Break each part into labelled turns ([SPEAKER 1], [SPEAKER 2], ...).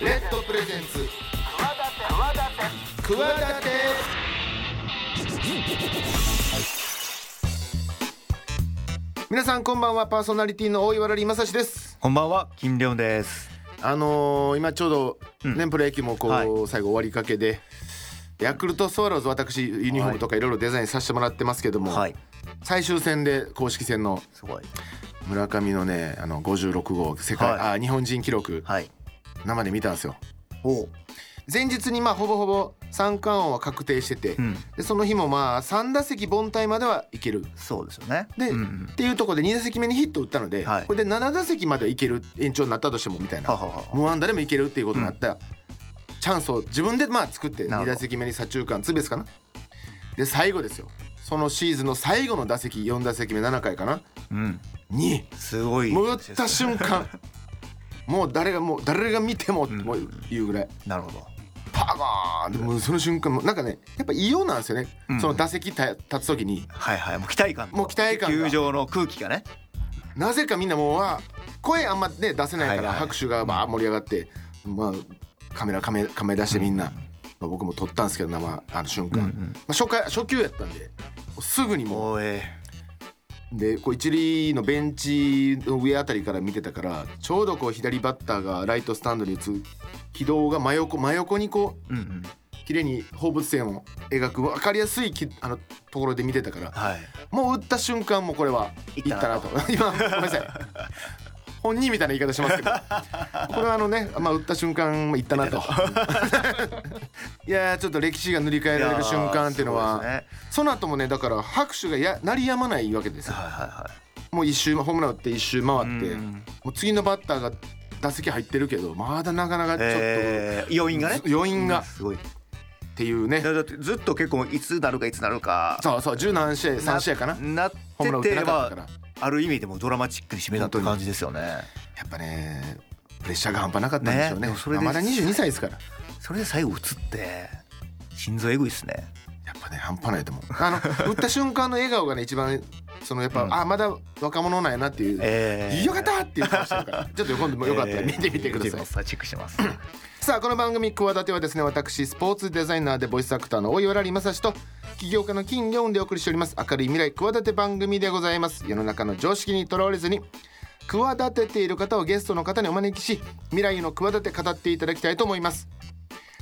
[SPEAKER 1] レッドプレゼンツ企て皆さんこんばんはパーソナリティの大岩良理正史です
[SPEAKER 2] こんばんは、金良です。
[SPEAKER 1] あのー今ちょうど
[SPEAKER 2] うん
[SPEAKER 1] 年プロ野球もこう、
[SPEAKER 2] はい
[SPEAKER 1] 最後終わりかけでヤクルトスワローズ私ユニフォームとかいろいろデザインさせてもらってますけども、
[SPEAKER 2] はい、
[SPEAKER 1] 最終戦で公式戦の
[SPEAKER 2] すごい。
[SPEAKER 1] 村上のねあの56号世界、
[SPEAKER 2] は
[SPEAKER 1] あ日本人記録
[SPEAKER 2] はい。
[SPEAKER 1] 生で見たんですよ
[SPEAKER 2] おう。
[SPEAKER 1] 前日にまあほぼほぼ三冠王は確定してて、
[SPEAKER 2] うん。
[SPEAKER 1] でその日もまあ3打席凡退まではいける
[SPEAKER 2] そうですよね。
[SPEAKER 1] で
[SPEAKER 2] うんうん
[SPEAKER 1] っていうところで2打席目にヒットを打ったので、
[SPEAKER 2] はい
[SPEAKER 1] これで7打席まではいける延長になったとしてもみたい
[SPEAKER 2] は
[SPEAKER 1] な
[SPEAKER 2] ははは。
[SPEAKER 1] 無安打でもいけるっていうことになった、チャンスを自分でまあ作って
[SPEAKER 2] なる
[SPEAKER 1] 2
[SPEAKER 2] ほど
[SPEAKER 1] 打席目に左中間ツーベースかなで最後ですよそのシーズンの最後の打席4打席目7回かな
[SPEAKER 2] うん。
[SPEAKER 1] に
[SPEAKER 2] すごい。
[SPEAKER 1] もう打った瞬 間もう誰がもう誰が見ても
[SPEAKER 2] ん
[SPEAKER 1] もう言うぐらい
[SPEAKER 2] なるほど。
[SPEAKER 1] パワーでもその瞬間もなんかねやっぱ異様なんですよね、
[SPEAKER 2] うん
[SPEAKER 1] その打席た立つ時に
[SPEAKER 2] はいはい。もう期待感と。
[SPEAKER 1] もう期待感が
[SPEAKER 2] 球場の空気がね。
[SPEAKER 1] なぜかみんなもうわ声あんまね出せないか
[SPEAKER 2] はいは
[SPEAKER 1] ら
[SPEAKER 2] い
[SPEAKER 1] 拍手がまあ盛り上がって、まあカメラカメカメ出してみんな、まあ、僕も撮ったんですけど生あの瞬間、
[SPEAKER 2] うんうん
[SPEAKER 1] まあ、初回初球やったんですぐにもう
[SPEAKER 2] おえ。
[SPEAKER 1] でこう一塁のベンチの上あたりから見てたからちょうどこう左バッターがライトスタンドに打つ軌道が真横真横にこう
[SPEAKER 2] うんうん。
[SPEAKER 1] 綺麗に放物線を描く分かりやすいきあのところで見てたから
[SPEAKER 2] はい。
[SPEAKER 1] もう打った瞬間もこれはい
[SPEAKER 2] っ
[SPEAKER 1] いったたな
[SPEAKER 2] な
[SPEAKER 1] と
[SPEAKER 2] と
[SPEAKER 1] 今ごめんなさい本人みたいな言い方しますけどこれはあのね、まあ、打った瞬間いったなといやーちょっと歴史が塗り替えられる瞬間っていうのはそ
[SPEAKER 2] いやーそうで
[SPEAKER 1] の後もねだから拍手がや鳴り止まないわけです
[SPEAKER 2] すね
[SPEAKER 1] よ
[SPEAKER 2] はいはいは
[SPEAKER 1] もう一周ホームラン打って一周回って
[SPEAKER 2] うん
[SPEAKER 1] もう次のバッターが打席入ってるけどまだなかなか
[SPEAKER 2] い。
[SPEAKER 1] ちょっと、
[SPEAKER 2] ええ、余韻がね。
[SPEAKER 1] 余韻が
[SPEAKER 2] うんすごい。
[SPEAKER 1] っていうね
[SPEAKER 2] だだってずっと結構いつなるかいつなるか。
[SPEAKER 1] そうそう十何試合3試合かな
[SPEAKER 2] なっ
[SPEAKER 1] ホームラン打って
[SPEAKER 2] て
[SPEAKER 1] なかったから
[SPEAKER 2] はある意味でもドラマチックに締めたって感じですよね。
[SPEAKER 1] やっぱねプレッシャーが半端なかったんでしょうね
[SPEAKER 2] ねでもそれで
[SPEAKER 1] まあまだ22歳ですから
[SPEAKER 2] それで最後打つって心臓えぐいっすね。
[SPEAKER 1] やっぱね半端ないと思うあ の打った瞬間の笑顔がね一番そのやっぱ、
[SPEAKER 2] うん
[SPEAKER 1] あまだ若者なんやなっていう、
[SPEAKER 2] ええ。
[SPEAKER 1] よかったっていう顔してるからちょっと今度もよかったら見てみてください、
[SPEAKER 2] い。チェックします。
[SPEAKER 1] さあこの番組「くわだて」はですね私スポーツデザイナーでボイスアクターの大岩良理正史と起業家の金魚音でお送りしております明るい未来企て番組でございます世の中の常識にとらわれずに企てている方をゲストの方にお招きし未来の企て語っていただきたいと思います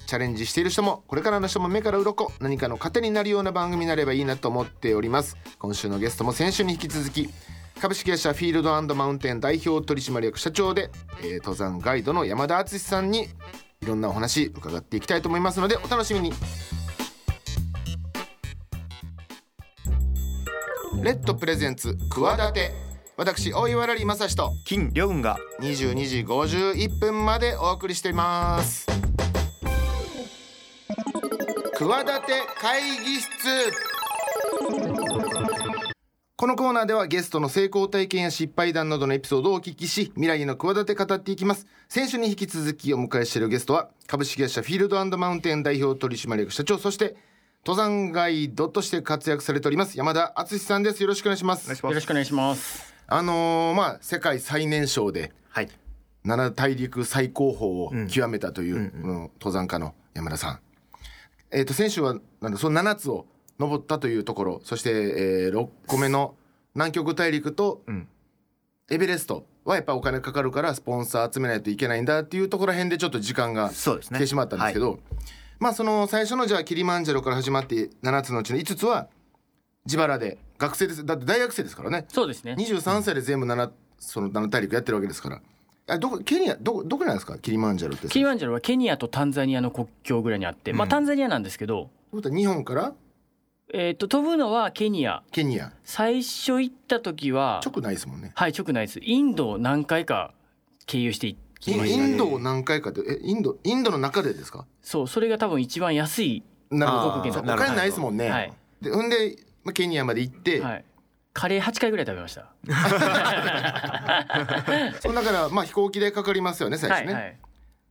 [SPEAKER 1] チャレンジしている人もこれからの人も目から鱗何かの糧になるような番組になればいいなと思っております今週のゲストも先週に引き続き株式会社フィールドマウンテン代表取締役社長で、えー登山ガイドの山田敦さんにいろんなお話伺っていきたいと思いますのでお楽しみにレッドプレゼンツ企て私大岩良理正史と
[SPEAKER 2] 金良雲が
[SPEAKER 1] 22時51分までお送りしています企て会議室このコーナーではゲストの成功体験や失敗談などのエピソードをお聞きし未来への企て語っていきます先週に引き続きお迎えしているゲストは株式会社フィールドマウンテン代表取締役社長そして登山ガイドとして活躍されております山田敦さんですよろしくお願いします
[SPEAKER 2] ま
[SPEAKER 3] よろしくお願いします。
[SPEAKER 1] あのーまあ世界最年少で
[SPEAKER 2] はい。
[SPEAKER 1] 七大陸最高峰を極めたという、この登山家の山田さん。えっ、と先週はなんだその7つを登ったというところ、そして、え6個目の南極大陸と
[SPEAKER 2] ん
[SPEAKER 1] エベレストはやっぱお金かかるからスポンサー集めないといけないんだっていうところら辺でちょっと時間が
[SPEAKER 2] そうですね
[SPEAKER 1] 来てしまったんですけど、まあその最初のじゃあキリマンジャロから始まって7つのうちの5つは自腹で学生ですだって大学生ですからね。
[SPEAKER 3] そうですね。
[SPEAKER 1] 23歳で全部7その7大陸やってるわけですからあどこケニアどこどこなんですかキリマンジャロって
[SPEAKER 3] キリマンジャロはケニアとタンザニアの国境ぐらいにあって、まあタンザニアなんですけど、
[SPEAKER 1] ということは日本から
[SPEAKER 3] えっと飛ぶのはケニア。
[SPEAKER 1] ケニア
[SPEAKER 3] 最初行った時は、
[SPEAKER 1] 直ないですもんね
[SPEAKER 3] はい直ないです。インドを何回か経由してい
[SPEAKER 1] イ
[SPEAKER 3] きま
[SPEAKER 1] イ
[SPEAKER 3] した。
[SPEAKER 1] ンドを何回かってえインドインドの中でですか
[SPEAKER 3] そう、それが多分一番安い。
[SPEAKER 1] なるほ
[SPEAKER 3] あー
[SPEAKER 1] どそうお
[SPEAKER 2] なるほ
[SPEAKER 1] 金
[SPEAKER 2] ど
[SPEAKER 1] ないですもんね、
[SPEAKER 3] はい
[SPEAKER 1] でほんで、まあ、ケニアまで行って、
[SPEAKER 3] はい。カレー8回ぐらい食べました。
[SPEAKER 1] そのだからまあ飛行機でかかりますよね最
[SPEAKER 3] は
[SPEAKER 1] 初
[SPEAKER 3] い
[SPEAKER 1] ね、
[SPEAKER 3] はい。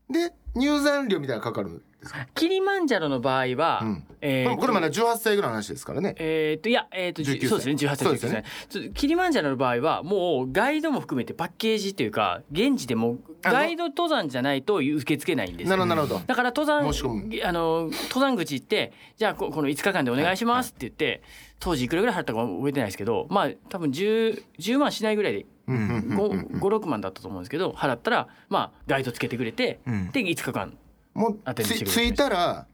[SPEAKER 1] で入山料みたいなのかかるんですか、
[SPEAKER 3] キリマンジャロの場合は、
[SPEAKER 1] うん
[SPEAKER 3] え
[SPEAKER 1] こ
[SPEAKER 3] ー
[SPEAKER 1] れこれまだ18歳ぐらいの話ですからね
[SPEAKER 3] えーっといやえーっとじゅ
[SPEAKER 1] 19歳
[SPEAKER 3] そうですね18歳
[SPEAKER 1] そう
[SPEAKER 3] 19
[SPEAKER 1] ですよ
[SPEAKER 3] 歳、
[SPEAKER 1] ね
[SPEAKER 3] ちょっとキリマンジャロの場合はもうガイドも含めてパッケージというか現地でも
[SPEAKER 1] あの
[SPEAKER 3] ガイド登山じゃないと受け付けないんです
[SPEAKER 1] なる
[SPEAKER 3] よ
[SPEAKER 1] ほどなるほど
[SPEAKER 3] だから登山
[SPEAKER 1] 申し込む
[SPEAKER 3] あの登山口行ってじゃあここの5日間でお願いしますって言って、当時いくらぐらい払ったか覚えてないですけどまあ多分 10, 10万しないぐらいで
[SPEAKER 1] うんうんうんうんうん
[SPEAKER 3] 56万だったと思うんですけど払ったらまあガイドつけてくれて、
[SPEAKER 2] うん
[SPEAKER 3] で5日間
[SPEAKER 1] もう
[SPEAKER 3] 当てにして
[SPEAKER 1] つ
[SPEAKER 3] くれる
[SPEAKER 1] 着いたら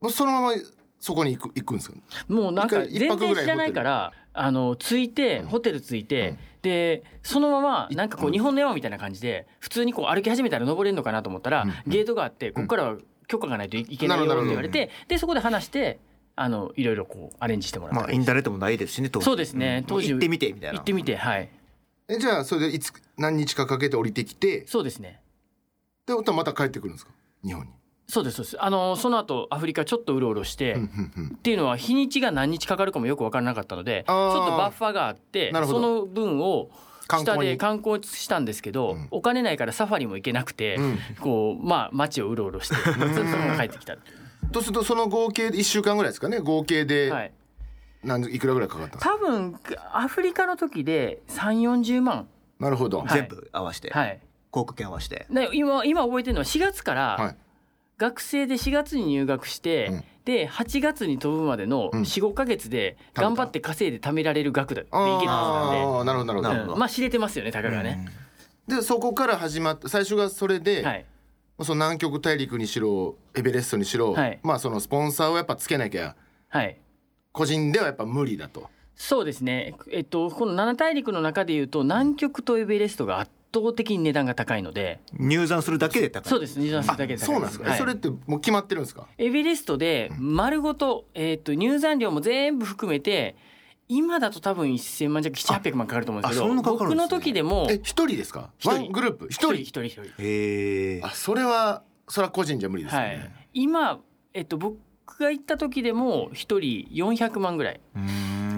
[SPEAKER 1] もうそのままそこに行く行くんですか
[SPEAKER 3] もうなんか
[SPEAKER 1] 一回一
[SPEAKER 3] 全
[SPEAKER 1] 泊ぐ
[SPEAKER 3] 然
[SPEAKER 1] らい
[SPEAKER 3] 知らないからあの着いてホテル着いて、
[SPEAKER 1] うん
[SPEAKER 3] でそのままなんかこ
[SPEAKER 1] うん
[SPEAKER 3] う日本の山みたいな感じで普通にこう歩き始めたら登れるのかなと思ったら、
[SPEAKER 1] うん
[SPEAKER 3] ゲートがあってここからは許可がないといけないよって言われて、でそこで話してあのいろいろこうアレンジしてもらった
[SPEAKER 2] まあインターネットもないですしね当時
[SPEAKER 3] そうですね
[SPEAKER 2] ん
[SPEAKER 3] 当時
[SPEAKER 2] 行ってみてみたい
[SPEAKER 3] 行
[SPEAKER 2] な
[SPEAKER 3] ってみてはい
[SPEAKER 1] えじゃあそれでいつ何日かかけて降りてきて
[SPEAKER 3] そうですね
[SPEAKER 1] でまたまた帰ってくるんですか日本に
[SPEAKER 3] そうですそうですあのその後アフリカちょっとうろうろして、
[SPEAKER 1] うん
[SPEAKER 3] っ
[SPEAKER 1] うんうん
[SPEAKER 3] ていうのは日にちが何日かかるかもよく分からなかったのでち
[SPEAKER 1] あー
[SPEAKER 3] ょっとバッファがあって
[SPEAKER 1] なるほど
[SPEAKER 3] その分を
[SPEAKER 1] 観
[SPEAKER 3] 下
[SPEAKER 1] 光
[SPEAKER 3] で
[SPEAKER 1] に
[SPEAKER 3] 観光したんですけど、
[SPEAKER 1] うん
[SPEAKER 3] お金ないからサファリも行けなくて、
[SPEAKER 1] うん
[SPEAKER 3] こうまあ街をうろうろしてずっと帰ってきたっていう
[SPEAKER 1] とするとその合計で1週間ぐらいですかね合計
[SPEAKER 3] は
[SPEAKER 1] で
[SPEAKER 3] い、
[SPEAKER 1] 何いくらぐらいかかったんですか
[SPEAKER 3] 多分アフリカの時で3 4 0万
[SPEAKER 1] なるほど、
[SPEAKER 3] はい
[SPEAKER 2] 全部合わせて
[SPEAKER 3] はい
[SPEAKER 2] 航空券合わせて
[SPEAKER 3] で今今覚えてるのは4月か
[SPEAKER 1] は
[SPEAKER 3] ら
[SPEAKER 1] い
[SPEAKER 3] 学生で4月に入学して、
[SPEAKER 1] うん
[SPEAKER 3] で8月に飛ぶまでの
[SPEAKER 1] うん
[SPEAKER 3] 45か月で
[SPEAKER 1] 貯めた
[SPEAKER 3] 頑張って稼いで貯められる額だでいけるは
[SPEAKER 1] ああなるほどなるほど
[SPEAKER 3] ずな
[SPEAKER 2] ー
[SPEAKER 3] んで、うんまあ知れてますよね高がね、
[SPEAKER 1] でそこから始まった最初がそれで、
[SPEAKER 3] はい
[SPEAKER 1] その南極大陸にしろエベレストにしろ、
[SPEAKER 3] はい
[SPEAKER 1] まあそのスポンサーをやっぱつけなきゃ
[SPEAKER 3] はい
[SPEAKER 1] 個人ではやっぱ無理だと
[SPEAKER 3] そうですね、えっと、この七大陸の中でいうと南極とエベレストが圧倒的に値段が高いので
[SPEAKER 2] 入山するだけで高い
[SPEAKER 3] そうです入山するだけで
[SPEAKER 1] そう
[SPEAKER 3] 高い
[SPEAKER 1] なんですか、えそれってもう決まってるんですか
[SPEAKER 3] エベレストで丸ごと、えっと、入山料も全部含めて今だと多分1000万弱7800万かかると思うんですけ
[SPEAKER 2] あ
[SPEAKER 3] ど
[SPEAKER 2] そんなかかるんですね
[SPEAKER 3] 僕の時でも
[SPEAKER 1] え一人ですか
[SPEAKER 3] 一人
[SPEAKER 1] ワングループ一人
[SPEAKER 3] 一人一人一人
[SPEAKER 2] へえ
[SPEAKER 1] あそれはそれは個人じゃ無理ですよ
[SPEAKER 3] は
[SPEAKER 1] ね、
[SPEAKER 3] い今、えっと、僕が行った時でも一人400万ぐらい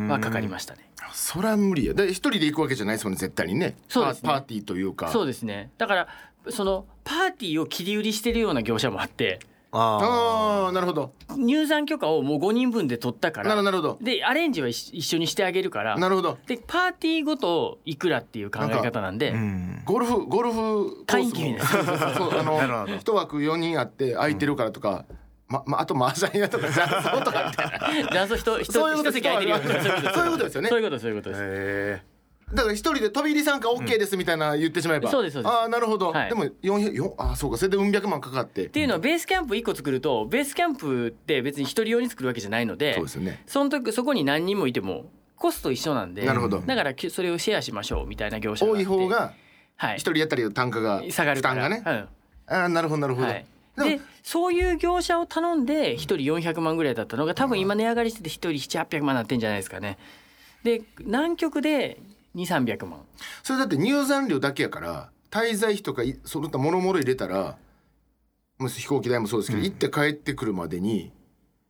[SPEAKER 3] はかかりましたね
[SPEAKER 1] あそれは無理やで一人で行くわけじゃないですもんね絶対にね
[SPEAKER 3] そうですね
[SPEAKER 1] パーパーティーというか
[SPEAKER 3] そうですねだからそのパーティーを切り売りしてるような業者もあって
[SPEAKER 1] ああなるほど
[SPEAKER 3] 入山許可をもう5人分で取ったか
[SPEAKER 1] なるほど
[SPEAKER 3] ら
[SPEAKER 1] なるほど
[SPEAKER 3] でアレンジは一一緒にしてあげるから
[SPEAKER 1] なるほど
[SPEAKER 3] でパーティーごといくらっていう考え方なんで
[SPEAKER 2] うん
[SPEAKER 1] ゴルフゴルフコースも
[SPEAKER 3] 会員権です
[SPEAKER 1] そうそうそうあ
[SPEAKER 2] なるほ
[SPEAKER 1] の
[SPEAKER 2] ど
[SPEAKER 1] 一枠四人あって空いてるからとか、ままあとマージャンやとかジャンソーとかみたいな
[SPEAKER 3] 雀荘 一人
[SPEAKER 1] そういうこと
[SPEAKER 3] 一席空いてるよ
[SPEAKER 1] そういうことそういうことですよね
[SPEAKER 3] そういうことそういうことです
[SPEAKER 2] へ
[SPEAKER 1] だから一人で飛び入り参加 OK ですみたいな言ってしまえば、
[SPEAKER 3] うんそうですそうです
[SPEAKER 1] ああなるほど、
[SPEAKER 3] はい
[SPEAKER 1] でも400よああそうかそれでうん百万かかって
[SPEAKER 3] っていうのはベースキャンプ1個作るとベースキャンプって別に一人用に作るわけじゃないので
[SPEAKER 1] そうですよね
[SPEAKER 3] その時そこに何人もいてもコスト一緒なんで
[SPEAKER 1] なるほど
[SPEAKER 3] だからきそれをシェアしましょうみたいな業者があっ
[SPEAKER 1] 多
[SPEAKER 3] て
[SPEAKER 1] い方が
[SPEAKER 3] はい
[SPEAKER 1] 一人やったりの単価が
[SPEAKER 3] 下がる
[SPEAKER 1] 負
[SPEAKER 3] か
[SPEAKER 1] 担が
[SPEAKER 3] ら
[SPEAKER 1] ね、
[SPEAKER 3] うん
[SPEAKER 1] ああなるほどなるほど、
[SPEAKER 3] はい、
[SPEAKER 1] でも
[SPEAKER 3] でそういう業者を頼んで1人400万ぐらいだったのが多分今値上がりしてて1人700800万なってんじゃないですかねで南極で2300万
[SPEAKER 1] それだって入山料だけやから滞在費とかいその他もろもろ入れたらもう飛行機代もそうですけど、行って帰ってくるまでに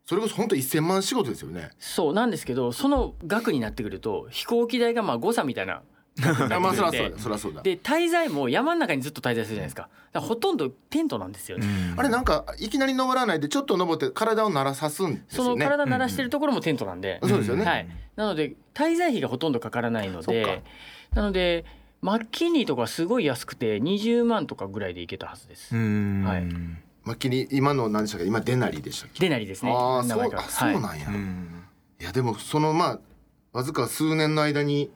[SPEAKER 1] それこそ本当一1,000万仕事ですよね。
[SPEAKER 3] そうなんですけどその額になってくると飛行機代がまあ誤差みた いな額にな
[SPEAKER 1] あまあ
[SPEAKER 3] って
[SPEAKER 1] そ
[SPEAKER 3] くる
[SPEAKER 1] らそう
[SPEAKER 3] んで
[SPEAKER 1] だそらそうだ。
[SPEAKER 3] で滞在も山の中にずっと滞在するじゃないですかだからほとんどテントなんですよね、
[SPEAKER 1] あれなんかいきなり登らないでちょっと登って体を鳴らさすんです
[SPEAKER 3] そ
[SPEAKER 1] よ
[SPEAKER 3] の
[SPEAKER 1] ね。
[SPEAKER 3] 体慣らしてるところもテントなんで、
[SPEAKER 1] そうですよね。
[SPEAKER 3] はい、なので滞在費がほとんどかからないの
[SPEAKER 1] そっか
[SPEAKER 3] でなのでマッキンリーとかすごい安くて20万とかぐらいで行けたはずです、
[SPEAKER 2] うん
[SPEAKER 3] はい
[SPEAKER 1] まあきり今の何でしたか今デナリでしたっけ。
[SPEAKER 3] でなりですね
[SPEAKER 1] ああ
[SPEAKER 3] 名
[SPEAKER 1] そ
[SPEAKER 3] 前
[SPEAKER 1] う
[SPEAKER 3] が
[SPEAKER 1] あそう
[SPEAKER 3] はい
[SPEAKER 1] なんや。
[SPEAKER 2] う
[SPEAKER 1] い
[SPEAKER 2] ん
[SPEAKER 1] やでもそのまあわずか数年の間に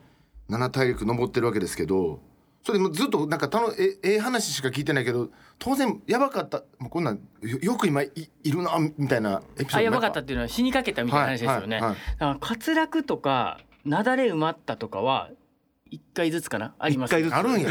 [SPEAKER 1] 七大陸登ってるわけですけど。それでもずっとなんかたのえええ話しか聞いてないけど当然やばかったもうこんなんよよく今いいるなみたいなエピソード
[SPEAKER 3] あや
[SPEAKER 1] な
[SPEAKER 3] ば
[SPEAKER 1] ん
[SPEAKER 3] かったっていうのは死にかけたみたいな話ですよね、
[SPEAKER 1] はいはい
[SPEAKER 3] だから滑落とか雪崩埋まったとかは1回ずつかなあります
[SPEAKER 2] 一回ずつ
[SPEAKER 1] あるんや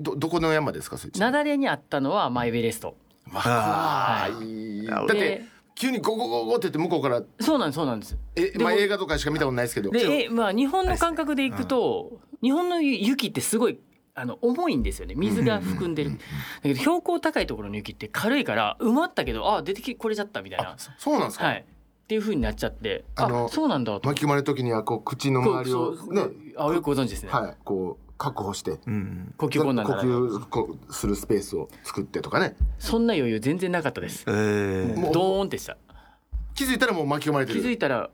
[SPEAKER 1] どどこの山ですかそっち
[SPEAKER 3] 雪崩にあったのはマイベレスト
[SPEAKER 1] ま
[SPEAKER 2] あ
[SPEAKER 1] あ、
[SPEAKER 3] ー
[SPEAKER 1] いい
[SPEAKER 2] な
[SPEAKER 1] だっ
[SPEAKER 2] るほ
[SPEAKER 3] ど
[SPEAKER 1] て急にゴゴゴゴって言って向こうから
[SPEAKER 3] そうなんですそうなんです
[SPEAKER 1] え、
[SPEAKER 3] で
[SPEAKER 1] まあ、
[SPEAKER 3] も
[SPEAKER 1] 映画とかしか見たことないですけど
[SPEAKER 3] で、えまあ、日本の感覚でいくと、日本の雪ってすごいあの重いんですよね水が含んでる、だけど標高高いところの雪って軽いから埋まったけどあ出てきこれちゃったみたいな
[SPEAKER 1] あそそうなんですか、
[SPEAKER 3] はいっていうふうになっちゃって
[SPEAKER 1] あ
[SPEAKER 3] あ
[SPEAKER 1] の
[SPEAKER 3] そうなんだと
[SPEAKER 1] 巻き込まれる時にはこう口の
[SPEAKER 3] こう
[SPEAKER 1] 周りを
[SPEAKER 3] そう
[SPEAKER 1] ね
[SPEAKER 3] あよくご存知ですね、
[SPEAKER 1] はいこう確保して
[SPEAKER 2] うん
[SPEAKER 3] 呼吸困難
[SPEAKER 1] 呼
[SPEAKER 3] ならない
[SPEAKER 1] 吸こうするスペースを作ってとかね
[SPEAKER 3] そんな余裕全然なかったです
[SPEAKER 2] えー
[SPEAKER 1] もう
[SPEAKER 3] ドーンってした
[SPEAKER 1] 気づいたらもう巻き込まれて
[SPEAKER 3] 気
[SPEAKER 1] る
[SPEAKER 3] づいたら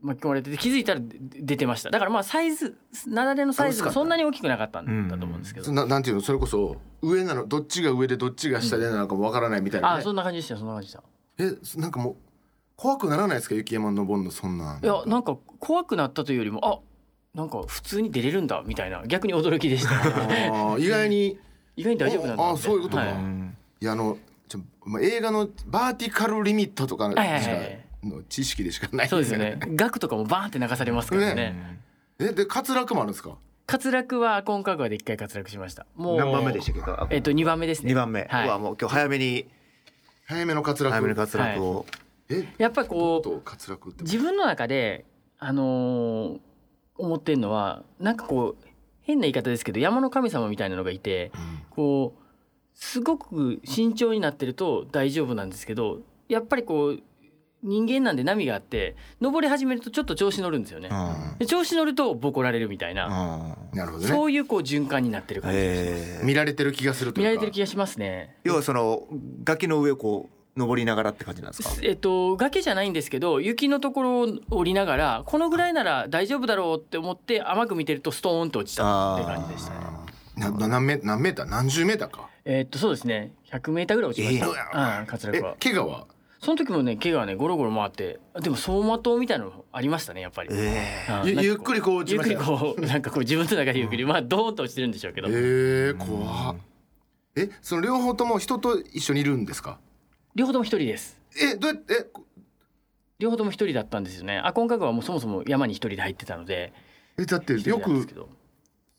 [SPEAKER 3] 巻き込まれてて気づいたらで出てましただからまあサイズ雪崩のサイズもそんなに大きくなかったんだと思うんですけど、
[SPEAKER 1] ななんていうのそれこそ上なのどっちが上でどっちが下でなのかもわからないみたいな、
[SPEAKER 3] あ
[SPEAKER 1] ね
[SPEAKER 3] そんな感じでしたそんな感じでした
[SPEAKER 1] えなんかもう怖くならないですか雪山登るのそんなん
[SPEAKER 3] いやなんか怖くなったというよりもあなんか普通に出れるんだみたいな逆に驚きでした
[SPEAKER 1] あー意外に
[SPEAKER 3] 意外に大丈夫なんだみた
[SPEAKER 1] ああそういうことか
[SPEAKER 3] は
[SPEAKER 2] うん
[SPEAKER 1] いやあのちょ、まあ、映画のバーティカルリミットとかしか、
[SPEAKER 3] はいはいはい
[SPEAKER 1] の知識でしかない
[SPEAKER 3] そうですよね額とかもバーンって流されますからね
[SPEAKER 1] えで滑落もあるんですか
[SPEAKER 3] 滑落はコンカグアで一回滑落しましたもう
[SPEAKER 2] 何番目でしたっけか
[SPEAKER 3] えっと2番目ですね
[SPEAKER 2] 2番目
[SPEAKER 3] は
[SPEAKER 2] うわ
[SPEAKER 3] い
[SPEAKER 2] もう今日早めに
[SPEAKER 1] 早めの滑落
[SPEAKER 2] 早めに滑落を
[SPEAKER 1] え
[SPEAKER 3] やっぱこう
[SPEAKER 1] と滑落って
[SPEAKER 3] 自分の中で、あのー思ってるのはなんかこう変な言い方ですけど山の神様みたいなのがいてこうすごく慎重になってると大丈夫なんですけどやっぱりこう人間なんで波があって登り始めるとちょっと調子乗るんですよね
[SPEAKER 2] う。ん
[SPEAKER 3] で調子乗るとボコられるみたいな、
[SPEAKER 2] うん
[SPEAKER 1] なるほど
[SPEAKER 3] そ
[SPEAKER 1] ね
[SPEAKER 3] ういうこう循環になってる感じですね、
[SPEAKER 2] えー
[SPEAKER 1] 見られてる気がすると
[SPEAKER 3] 見
[SPEAKER 1] いう
[SPEAKER 3] ら
[SPEAKER 1] か
[SPEAKER 3] れてる気がしますね。
[SPEAKER 2] 要はその崖の上をこう登りながらって感じなんですか
[SPEAKER 3] えっと、崖じゃないんですけど雪のところを降りながらこのぐらいなら大丈夫だろうって思って甘く見てるとストーンと落ちたって感じでしたね。
[SPEAKER 1] なな何メ何メーター何十メーターか
[SPEAKER 3] えっとそうですね100メーターぐらい落ちました、
[SPEAKER 2] え
[SPEAKER 3] うん、滑
[SPEAKER 1] え
[SPEAKER 3] 落は
[SPEAKER 1] 怪我は
[SPEAKER 3] その時もね怪我はねゴロゴロ回ってでも走馬灯みたいなのありましたねやっぱり、
[SPEAKER 2] え
[SPEAKER 3] うん
[SPEAKER 1] ゆ
[SPEAKER 3] なんかこう
[SPEAKER 1] ゆっくりこう落ち
[SPEAKER 3] ゆっ
[SPEAKER 1] ま
[SPEAKER 3] く
[SPEAKER 1] し
[SPEAKER 3] り
[SPEAKER 1] た
[SPEAKER 3] こうなんかこう自分の中でゆっくりまあドーンと落ちてるんでしょうけど、
[SPEAKER 1] えー、怖っえその両方とも人と一緒にいるんですか
[SPEAKER 3] 両方とも一人です
[SPEAKER 1] えどうやってえこ
[SPEAKER 3] 両方とも一人だったんですよねアコンカグアはもうそもそも山に一人で入ってたので
[SPEAKER 1] えだって
[SPEAKER 3] 一人
[SPEAKER 1] よ
[SPEAKER 3] なんです
[SPEAKER 1] く
[SPEAKER 3] けど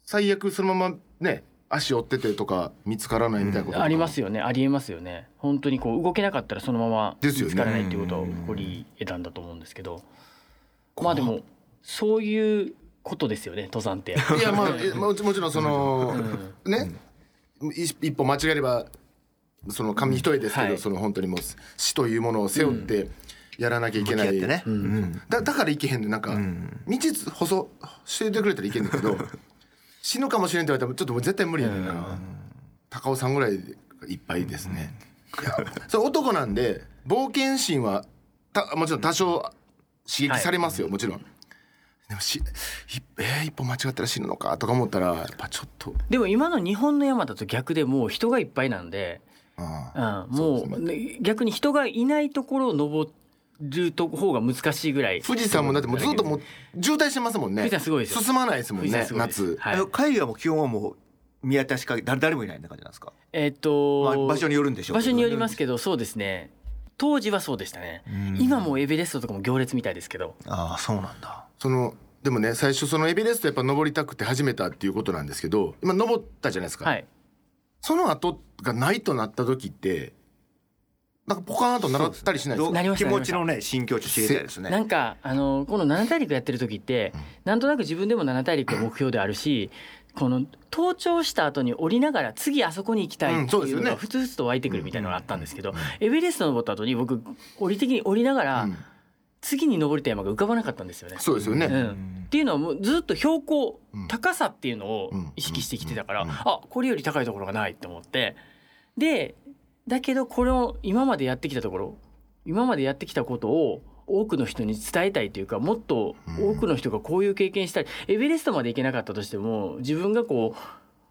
[SPEAKER 1] 最悪そのままね足折っててとか見つからないみたいなこととか
[SPEAKER 3] ありますよねありえますよね本当にこう動けなかったらそのまま
[SPEAKER 1] で
[SPEAKER 3] 見
[SPEAKER 1] すよね
[SPEAKER 3] つからないっていうことを誇り得たんだと思うんですけどまあでもそういうことですよね登山って。
[SPEAKER 1] いやまあえもちもちろんそのねい一歩間違えればその紙一重ですけど、
[SPEAKER 3] はい
[SPEAKER 1] その本当にもう死というものを背負ってやらなきゃいけ
[SPEAKER 2] ー
[SPEAKER 1] ない、
[SPEAKER 2] やってねうん
[SPEAKER 1] だだからいけへんねなんか、道細教えてくれたらいけんねんけ ど死ぬかもしれんって言われたらちょっともう絶対無理やねんな、高尾さんぐらいいっぱいですね、いやそれ男なんで冒険心はたもちろん多少刺激されますよ、もちろんでもしいえー一歩間違ったら死ぬのかとか思ったらやっぱちょっと
[SPEAKER 3] でも今の日本の山だと逆でもう人がいっぱいなんで、
[SPEAKER 1] あ
[SPEAKER 3] う
[SPEAKER 1] あ
[SPEAKER 3] ん、も
[SPEAKER 1] そう
[SPEAKER 3] ね逆に人がいないところを登ると方が難しいぐらい
[SPEAKER 1] 富士山もだってもうずっともう渋滞してますもんね
[SPEAKER 3] 富士山すごいですよ
[SPEAKER 1] 進まないですもん
[SPEAKER 3] 富士
[SPEAKER 1] ね
[SPEAKER 3] 山すごいで
[SPEAKER 1] 夏
[SPEAKER 3] すはい
[SPEAKER 2] え会議はもう基本はもう見渡しかけ誰誰もいないんな感じなんですか
[SPEAKER 3] えっ
[SPEAKER 2] まあ
[SPEAKER 3] と
[SPEAKER 2] 場所によるんでしょう
[SPEAKER 3] 場所によりますすけどそうですね当時はそうでしたね
[SPEAKER 2] うん
[SPEAKER 3] 今もうエベレストとかも行列みたいですけど
[SPEAKER 2] ああそうなんだ
[SPEAKER 1] そのでもね最初そのエベレストやっぱ登りたくて始めたっていうことなんですけど今登ったじゃないですか、
[SPEAKER 3] はい
[SPEAKER 1] その後がないとなった時ってなんかポカーンとなったりしないです
[SPEAKER 2] ど
[SPEAKER 1] か
[SPEAKER 2] う
[SPEAKER 3] なりまし
[SPEAKER 2] 気
[SPEAKER 3] た
[SPEAKER 2] 持ちのね心境値知りたいですね
[SPEAKER 3] なんかあのこの七大陸やってる時って、なんとなく自分でも七大陸が目標であるし、この登頂した後に降りながら次あそこに行きたいって
[SPEAKER 1] うんそうで
[SPEAKER 3] い
[SPEAKER 1] すよ
[SPEAKER 3] うの
[SPEAKER 1] ね
[SPEAKER 3] がふつふつと湧いてくるみたいなのがあったんですけど、エベレスト登った後に僕降り的に降りながら、
[SPEAKER 1] うん
[SPEAKER 3] 次に登りたい山が浮かばなかったんですよね。
[SPEAKER 1] そうですよね、
[SPEAKER 3] うんっていうのはもうずっと標高、
[SPEAKER 1] うん
[SPEAKER 3] 高さっていうのを
[SPEAKER 1] うん
[SPEAKER 3] 意識してきてたから、
[SPEAKER 1] うん
[SPEAKER 3] あこれより高いところがないと思ってでだけどこれを今までやってきたところ今までやってきたことを多くの人に伝えたいというかもっと多くの人がこういう経験したり、エベレストまで行けなかったとしても自分がこう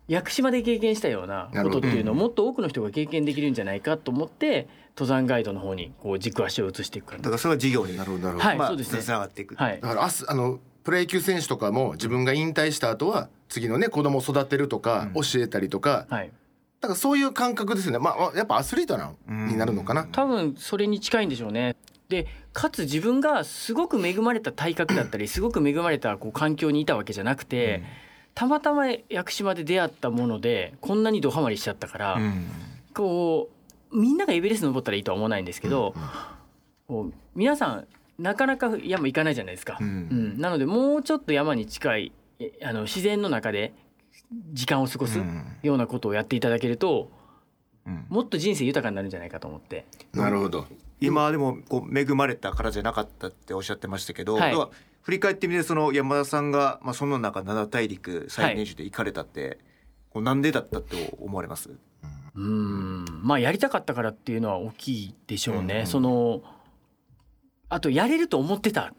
[SPEAKER 3] 屋久島で経験したようなことっていうのをもっと多くの人が経験できるんじゃないかと思って登山ガイドの方にこう軸足を移していく感
[SPEAKER 2] だ
[SPEAKER 3] じ
[SPEAKER 2] からそれは事業に
[SPEAKER 1] なるほどなるほど、
[SPEAKER 3] はい
[SPEAKER 2] ま
[SPEAKER 3] そ
[SPEAKER 2] あ
[SPEAKER 3] うですね
[SPEAKER 2] つながっていく
[SPEAKER 3] はい
[SPEAKER 1] だから明日あのプロ野球選手とかも自分が引退した後は次のね子供を育てるとか
[SPEAKER 2] う
[SPEAKER 1] 教
[SPEAKER 2] ん
[SPEAKER 1] えたりとか、
[SPEAKER 3] はい
[SPEAKER 1] だからそういう感覚ですよねまあまあやっぱアスリートなのになるのかな、
[SPEAKER 3] 多分それに近いんでしょうね。でかつ自分がすごく恵まれた体格だったりす ごく恵まれたこう環境にいたわけじゃなくて、たまたま屋久島で出会ったものでこんなにドハマりしちゃったから、
[SPEAKER 2] うん
[SPEAKER 3] こうみんながエベレスト登ったらいいとは思わないんですけど、こう皆さんなかなか山行かないじゃないですか。
[SPEAKER 2] うん
[SPEAKER 3] うんなのでもうちょっと山に近いえあの自然の中で時間を過ごす
[SPEAKER 2] うん
[SPEAKER 3] ようなことをやっていただけると
[SPEAKER 2] うん
[SPEAKER 3] もっと人生豊かになるんじゃないかと思って。
[SPEAKER 1] なるほど
[SPEAKER 2] 今でもこう恵まれたからじゃなかったっておっしゃってましたけど、
[SPEAKER 3] はい
[SPEAKER 2] では振り返ってみてその山田さんが、まあ、その中七大陸最年少で行かれたって、こうなんでだったって思われます
[SPEAKER 3] うんまあやりたかったからっていうのは大きいでしょうね、
[SPEAKER 2] うん
[SPEAKER 3] そのあとやれると思ってたん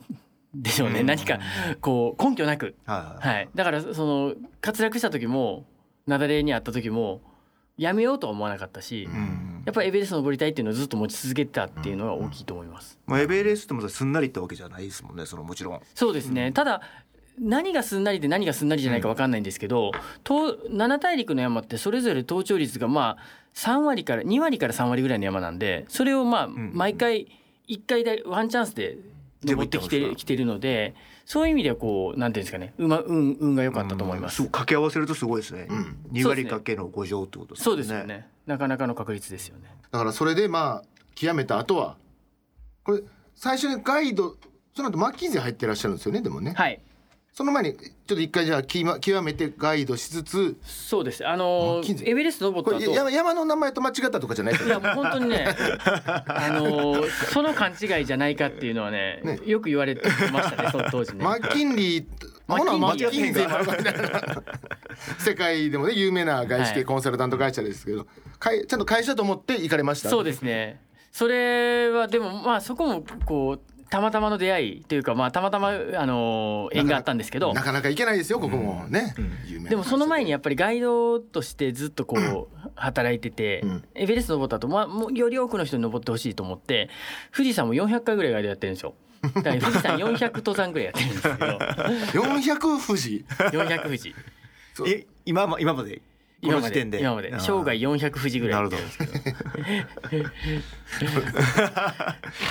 [SPEAKER 3] でしょうね、
[SPEAKER 2] うん
[SPEAKER 3] 何かこう根拠なく、
[SPEAKER 2] はいはい
[SPEAKER 3] はい、だからその滑落した時も雪崩にあった時もやめようとは思わなかったし、
[SPEAKER 1] うん
[SPEAKER 2] うん
[SPEAKER 3] やっぱりエベレスト登りたいっていうのをずっと持ち続けてたっていうのが大きいと思います。
[SPEAKER 2] まあ、エベレストもすんなりってわけじゃないですもんねそのもちろん。
[SPEAKER 3] そうですね、ただ何がすんなりで何がすんなりじゃないか分かんないんですけど、東七大陸の山ってそれぞれ登頂率がまあ3割から2割から3割ぐらいの山なんでそれをまあ
[SPEAKER 2] ん
[SPEAKER 3] 毎回1回でワンチャンスで登ってき
[SPEAKER 2] 全部行ったん
[SPEAKER 3] て
[SPEAKER 2] ですか
[SPEAKER 3] きてるのでそういう意味ではこうなんていうんですかねうま運運が良かったと思います。
[SPEAKER 2] うんごい掛け合わせるとすごいですね。
[SPEAKER 1] うん
[SPEAKER 2] 二割掛けの五乗ってことですね。
[SPEAKER 3] そうですよねなかなかの確率ですよね。
[SPEAKER 1] だからそれでまあ極めた後はこれ最初にガイドその後マッキンゼー入ってらっしゃるんですよねでもね、
[SPEAKER 3] はい
[SPEAKER 1] その前にちょっと一回じゃあきま極めてガイドしつつ
[SPEAKER 3] そうですあの
[SPEAKER 1] あ金銭
[SPEAKER 3] エベレスト登
[SPEAKER 1] こ
[SPEAKER 3] っ
[SPEAKER 1] れ
[SPEAKER 3] た後
[SPEAKER 1] や山の名前と間違ったとかじゃないです
[SPEAKER 3] い
[SPEAKER 1] よ
[SPEAKER 3] や
[SPEAKER 1] ね
[SPEAKER 3] もう本当にね、あのーその勘違いじゃないかっていうのはね、
[SPEAKER 1] ね
[SPEAKER 3] よく言われてましたね、その当 時ね。
[SPEAKER 1] マッキンリー
[SPEAKER 3] マッ
[SPEAKER 1] ほなマ
[SPEAKER 3] マ
[SPEAKER 1] ッ
[SPEAKER 3] ッ
[SPEAKER 1] キ
[SPEAKER 3] キ
[SPEAKER 1] ン
[SPEAKER 3] ン
[SPEAKER 1] ゼ
[SPEAKER 3] ゼ
[SPEAKER 1] ー
[SPEAKER 3] ー
[SPEAKER 1] もあるかみたいな 世界でもね有名な外資系コンサルタント会社ですけど、かいちゃんと会社と思って行かれました
[SPEAKER 3] そうですね。それはでもまあそこもこうたまたまの出会いというかまあたまたまあのー縁があったんですけど
[SPEAKER 1] な、かなか行けないですよここもね、有名な
[SPEAKER 3] でもその前に
[SPEAKER 1] 会
[SPEAKER 3] やっぱりガイドとしてずっとこう働いてて
[SPEAKER 1] うん、
[SPEAKER 3] エベレスト登った後まあもうより多くの人に登ってほしいと思って、富士山も400回ぐらいガイドやってるんですよ。だから富士山400登山ぐらいやってるんですけど、
[SPEAKER 1] 社で400富士
[SPEAKER 3] 400富士。
[SPEAKER 1] そう
[SPEAKER 2] え今ま今までこ
[SPEAKER 3] 今
[SPEAKER 2] の
[SPEAKER 3] ま
[SPEAKER 2] 時
[SPEAKER 3] で
[SPEAKER 2] 点で
[SPEAKER 3] 今まで生涯400富士ぐらいやってるんですけど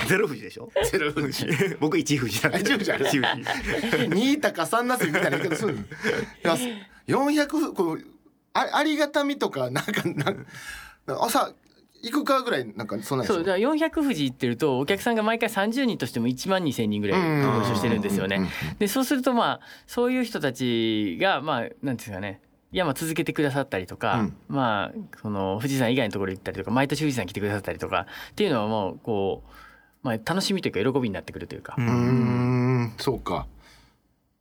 [SPEAKER 2] ゼロ富士でしょ。
[SPEAKER 1] ゼロ富士
[SPEAKER 2] 僕一富士なんで。
[SPEAKER 1] 一富士あれ
[SPEAKER 2] 一富
[SPEAKER 1] 2高3なすみたいな言い方するのいや400こうあありがたみとかなんかなん朝行くかぐらいなんかそんなんで
[SPEAKER 3] そ
[SPEAKER 1] す
[SPEAKER 3] う
[SPEAKER 1] よ
[SPEAKER 3] だから400富士行ってるとお客さんが毎回30人としても1万2,000人ぐらい
[SPEAKER 1] うん
[SPEAKER 3] 登場してるんですよ
[SPEAKER 1] うん
[SPEAKER 3] ね。でそうするとまあそういう人たちがまあなんていうんですかね山続けてくださったりとか、
[SPEAKER 1] うん
[SPEAKER 3] まあその富士山以外のところ行ったりとか毎年富士山来てくださったりとかっていうのはもうこう、まあ、楽しみというか喜びになってくるというか、
[SPEAKER 2] う
[SPEAKER 1] うー
[SPEAKER 2] ん。
[SPEAKER 1] んそうか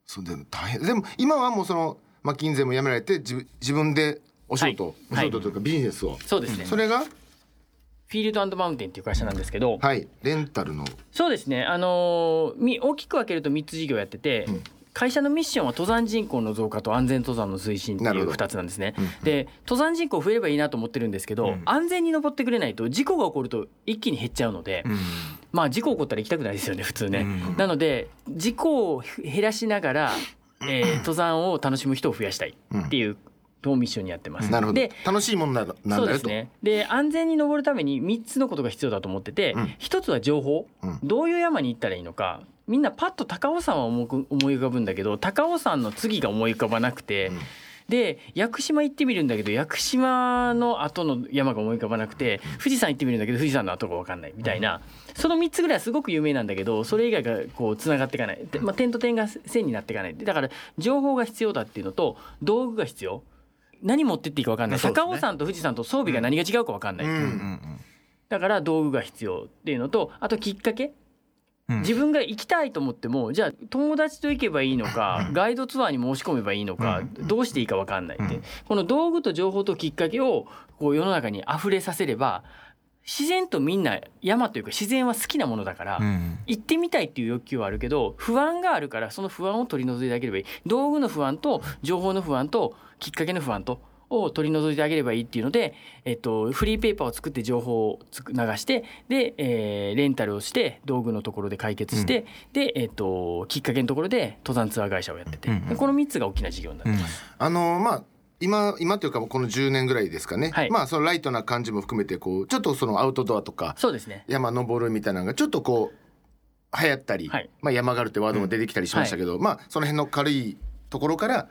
[SPEAKER 1] そうでも大変でも今はもうそのマッキンゼーも辞められて自自分でお仕事、
[SPEAKER 3] はい
[SPEAKER 1] お仕事というかビジネスを、
[SPEAKER 3] そうですね
[SPEAKER 1] それが
[SPEAKER 3] フィールドマウンテンっていう会社なんですけど、
[SPEAKER 1] はいレンタルの
[SPEAKER 3] そうですね、あのーみ大きく分けると3つ事業やってて、
[SPEAKER 1] うん
[SPEAKER 3] 会社のミッションは登山人口の増加と安全登山の推進ってい
[SPEAKER 1] なるほ
[SPEAKER 3] う
[SPEAKER 1] ど
[SPEAKER 3] 2つなんですね
[SPEAKER 1] うんうん。
[SPEAKER 3] で登山人口増えればいいなと思ってるんですけど、
[SPEAKER 2] うん
[SPEAKER 3] 安全に登ってくれないと事故が起こると一気に減っちゃうので、まあ事故起こったら行きたくないですよね普通ね。
[SPEAKER 2] うん
[SPEAKER 3] なので事故を減らしながら、えー登山を楽しむ人を増やしたいっていうのをミッションにやってます。
[SPEAKER 1] なるほど
[SPEAKER 3] で
[SPEAKER 1] 楽しいもんなのなん
[SPEAKER 3] そう
[SPEAKER 1] だ
[SPEAKER 3] で
[SPEAKER 1] よ
[SPEAKER 3] す
[SPEAKER 1] と、
[SPEAKER 3] ね。で安全に登るために3つのことが必要だと思ってて、
[SPEAKER 1] うん
[SPEAKER 3] 1つは情報、
[SPEAKER 1] うん
[SPEAKER 3] どういう山に行ったらいいのかみんなパッと高尾山は思い思い浮かぶんだけど高尾山の次が思い浮かばなくて、
[SPEAKER 1] うん
[SPEAKER 3] で屋久島行ってみるんだけど屋久島の後の山が思い浮かばなくて富士山行ってみるんだけど富士山の後が分かんないみたいな、その3つぐらいはすごく有名なんだけどそれ以外がこうつながっていかない、でまあ、点と点が線になっていかないだから情報が必要だっていうのと道具が必要。何持ってっていいか分かんない、
[SPEAKER 2] そうですね
[SPEAKER 3] 高尾山と富士山と装備が何が違うか分かんない、
[SPEAKER 1] うん
[SPEAKER 3] だから道具が必要っていうのとあときっかけ
[SPEAKER 2] うん
[SPEAKER 3] 自分が行きたいと思ってもじゃあ友達と行けばいいのかガイドツアーに申し込めばいいのかどうしていいか分かんないって
[SPEAKER 2] うん
[SPEAKER 3] この道具と情報ときっかけをこう世の中に溢れさせれば自然とみんな山というか自然は好きなものだから
[SPEAKER 2] うん
[SPEAKER 3] 行ってみたいっていう欲求はあるけど不安があるからその不安を取り除いてあげればいい道具の不安と情報の不安ときっかけの不安とを取り除いてあげればいいっていうので、えっと、フリーペーパーを作って情報をつく流してで、えーレンタルをして道具のところで解決して、で、えっと、きっかけのところで登山ツアー会社をやってて、
[SPEAKER 2] うんうんうん
[SPEAKER 3] この3つが大きな事業になってます。
[SPEAKER 1] あのまあ今今というかこの10年ぐらいですかね、
[SPEAKER 3] はい
[SPEAKER 1] まあそのライトな感じも含めてこうちょっとそのアウトドアとか
[SPEAKER 3] そうですね
[SPEAKER 1] 山登るみたいなのがちょっとこう流行ったり、
[SPEAKER 3] はい
[SPEAKER 1] まあ、山があるってワードも出てきたりしましたけど、まあその辺の軽いところから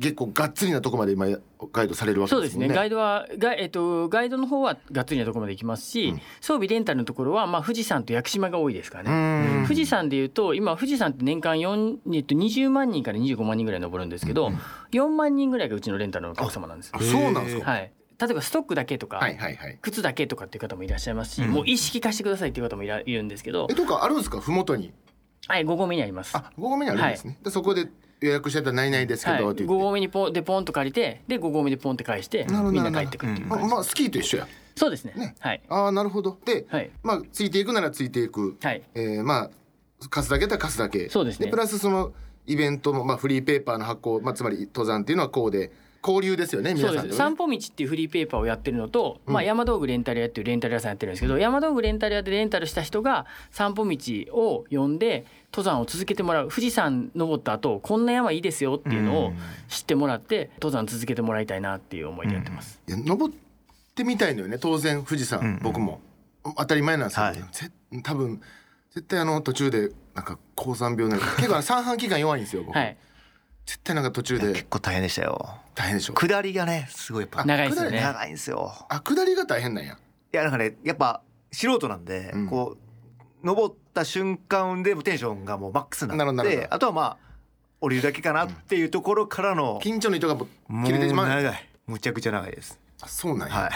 [SPEAKER 1] 結構がっつりなとこまで今ガイドされるわけ
[SPEAKER 3] そう
[SPEAKER 1] で
[SPEAKER 3] ですす
[SPEAKER 1] もん
[SPEAKER 3] ね
[SPEAKER 1] ね。
[SPEAKER 3] ガイドはガ,、えっとガイドの方はがっつりなところまで行きますし、
[SPEAKER 1] うん
[SPEAKER 3] 装備レンタルのところは、まあ、富士山と屋久島が多いですからね。
[SPEAKER 1] うーん
[SPEAKER 3] 富士山でいうと今富士山って年間4えっと20万人から25万人ぐらい登るんですけど、4万人ぐらいがうちのレンタルのお客様なんです
[SPEAKER 1] あそうなんですか。
[SPEAKER 3] はい例えばストックだけとか、
[SPEAKER 1] はいはいはい
[SPEAKER 3] 靴だけとかっていう方もいらっしゃいますし、
[SPEAKER 2] うん
[SPEAKER 3] もう一式貸してくださいっていう方もいらいるんですけど
[SPEAKER 1] え、とかあるんですかふもとに
[SPEAKER 3] はい、5合目にあります。
[SPEAKER 1] あ五合目にあるんですね、でそこで予約してたら何々ですけ
[SPEAKER 3] はい、
[SPEAKER 1] ど、って
[SPEAKER 3] 5
[SPEAKER 1] 言って
[SPEAKER 3] 合目にポンでポンと借りてで5合目でポンって返して
[SPEAKER 1] なるほど
[SPEAKER 3] みんな帰ってくるっていう
[SPEAKER 1] あ
[SPEAKER 3] 感じ、
[SPEAKER 1] まあスキーと一緒や
[SPEAKER 3] そうですね
[SPEAKER 1] ね
[SPEAKER 3] はい
[SPEAKER 1] ああなるほどで、
[SPEAKER 3] はい
[SPEAKER 1] まあついていくならついていく、
[SPEAKER 3] はい
[SPEAKER 1] えーまあ貸すだけだったら貸すだけ
[SPEAKER 3] そうですね
[SPEAKER 1] プラスそのイベントも、まあ、フリーペーパーの発行、まあ、つまり登山っていうのはこうで交流ですよね皆
[SPEAKER 3] そう
[SPEAKER 1] さ
[SPEAKER 3] で
[SPEAKER 1] んと
[SPEAKER 3] す
[SPEAKER 1] ね
[SPEAKER 3] 散歩道っていうフリーペーパーをやってるのと、
[SPEAKER 1] うん
[SPEAKER 3] まあ、山道具レンタル屋っていうレンタル屋さんやってるんですけど、山道具レンタル屋でレンタルした人が散歩道を呼んで登山を続けてもらう富士山登った後こんな山いいですよっていうのを知ってもらって登山続けてもらいたいなっていう思いでやってます、
[SPEAKER 1] いや登ってみたいのよね当然富士山、
[SPEAKER 2] うん
[SPEAKER 1] 僕も当たり前なんですけど、ぜ多分絶対あの途中でなんか高山病になる 結構あの三半規管弱いんですよ僕、
[SPEAKER 3] はい
[SPEAKER 1] 絶対なんか途中で
[SPEAKER 2] 結構大変でしたよ
[SPEAKER 1] 大変でしょ
[SPEAKER 2] 下りがねすごいやっぱ
[SPEAKER 1] あ
[SPEAKER 3] 長いですよね
[SPEAKER 2] 長いんですよ
[SPEAKER 1] あ下りが大変なんや
[SPEAKER 2] いやなんかねやっぱ素人なんで、
[SPEAKER 1] うん
[SPEAKER 2] こう登った瞬間でもうテンションがもうマックスに
[SPEAKER 1] なるほど
[SPEAKER 2] なっ
[SPEAKER 1] なるほ
[SPEAKER 2] て
[SPEAKER 1] ど
[SPEAKER 2] あとはまあ降りるだけかなっていうところからの、
[SPEAKER 1] 緊張の糸がもう
[SPEAKER 2] もう
[SPEAKER 1] 切れてしまう
[SPEAKER 2] 長いむちゃくちゃ長いです
[SPEAKER 1] あそうなんや、
[SPEAKER 2] はい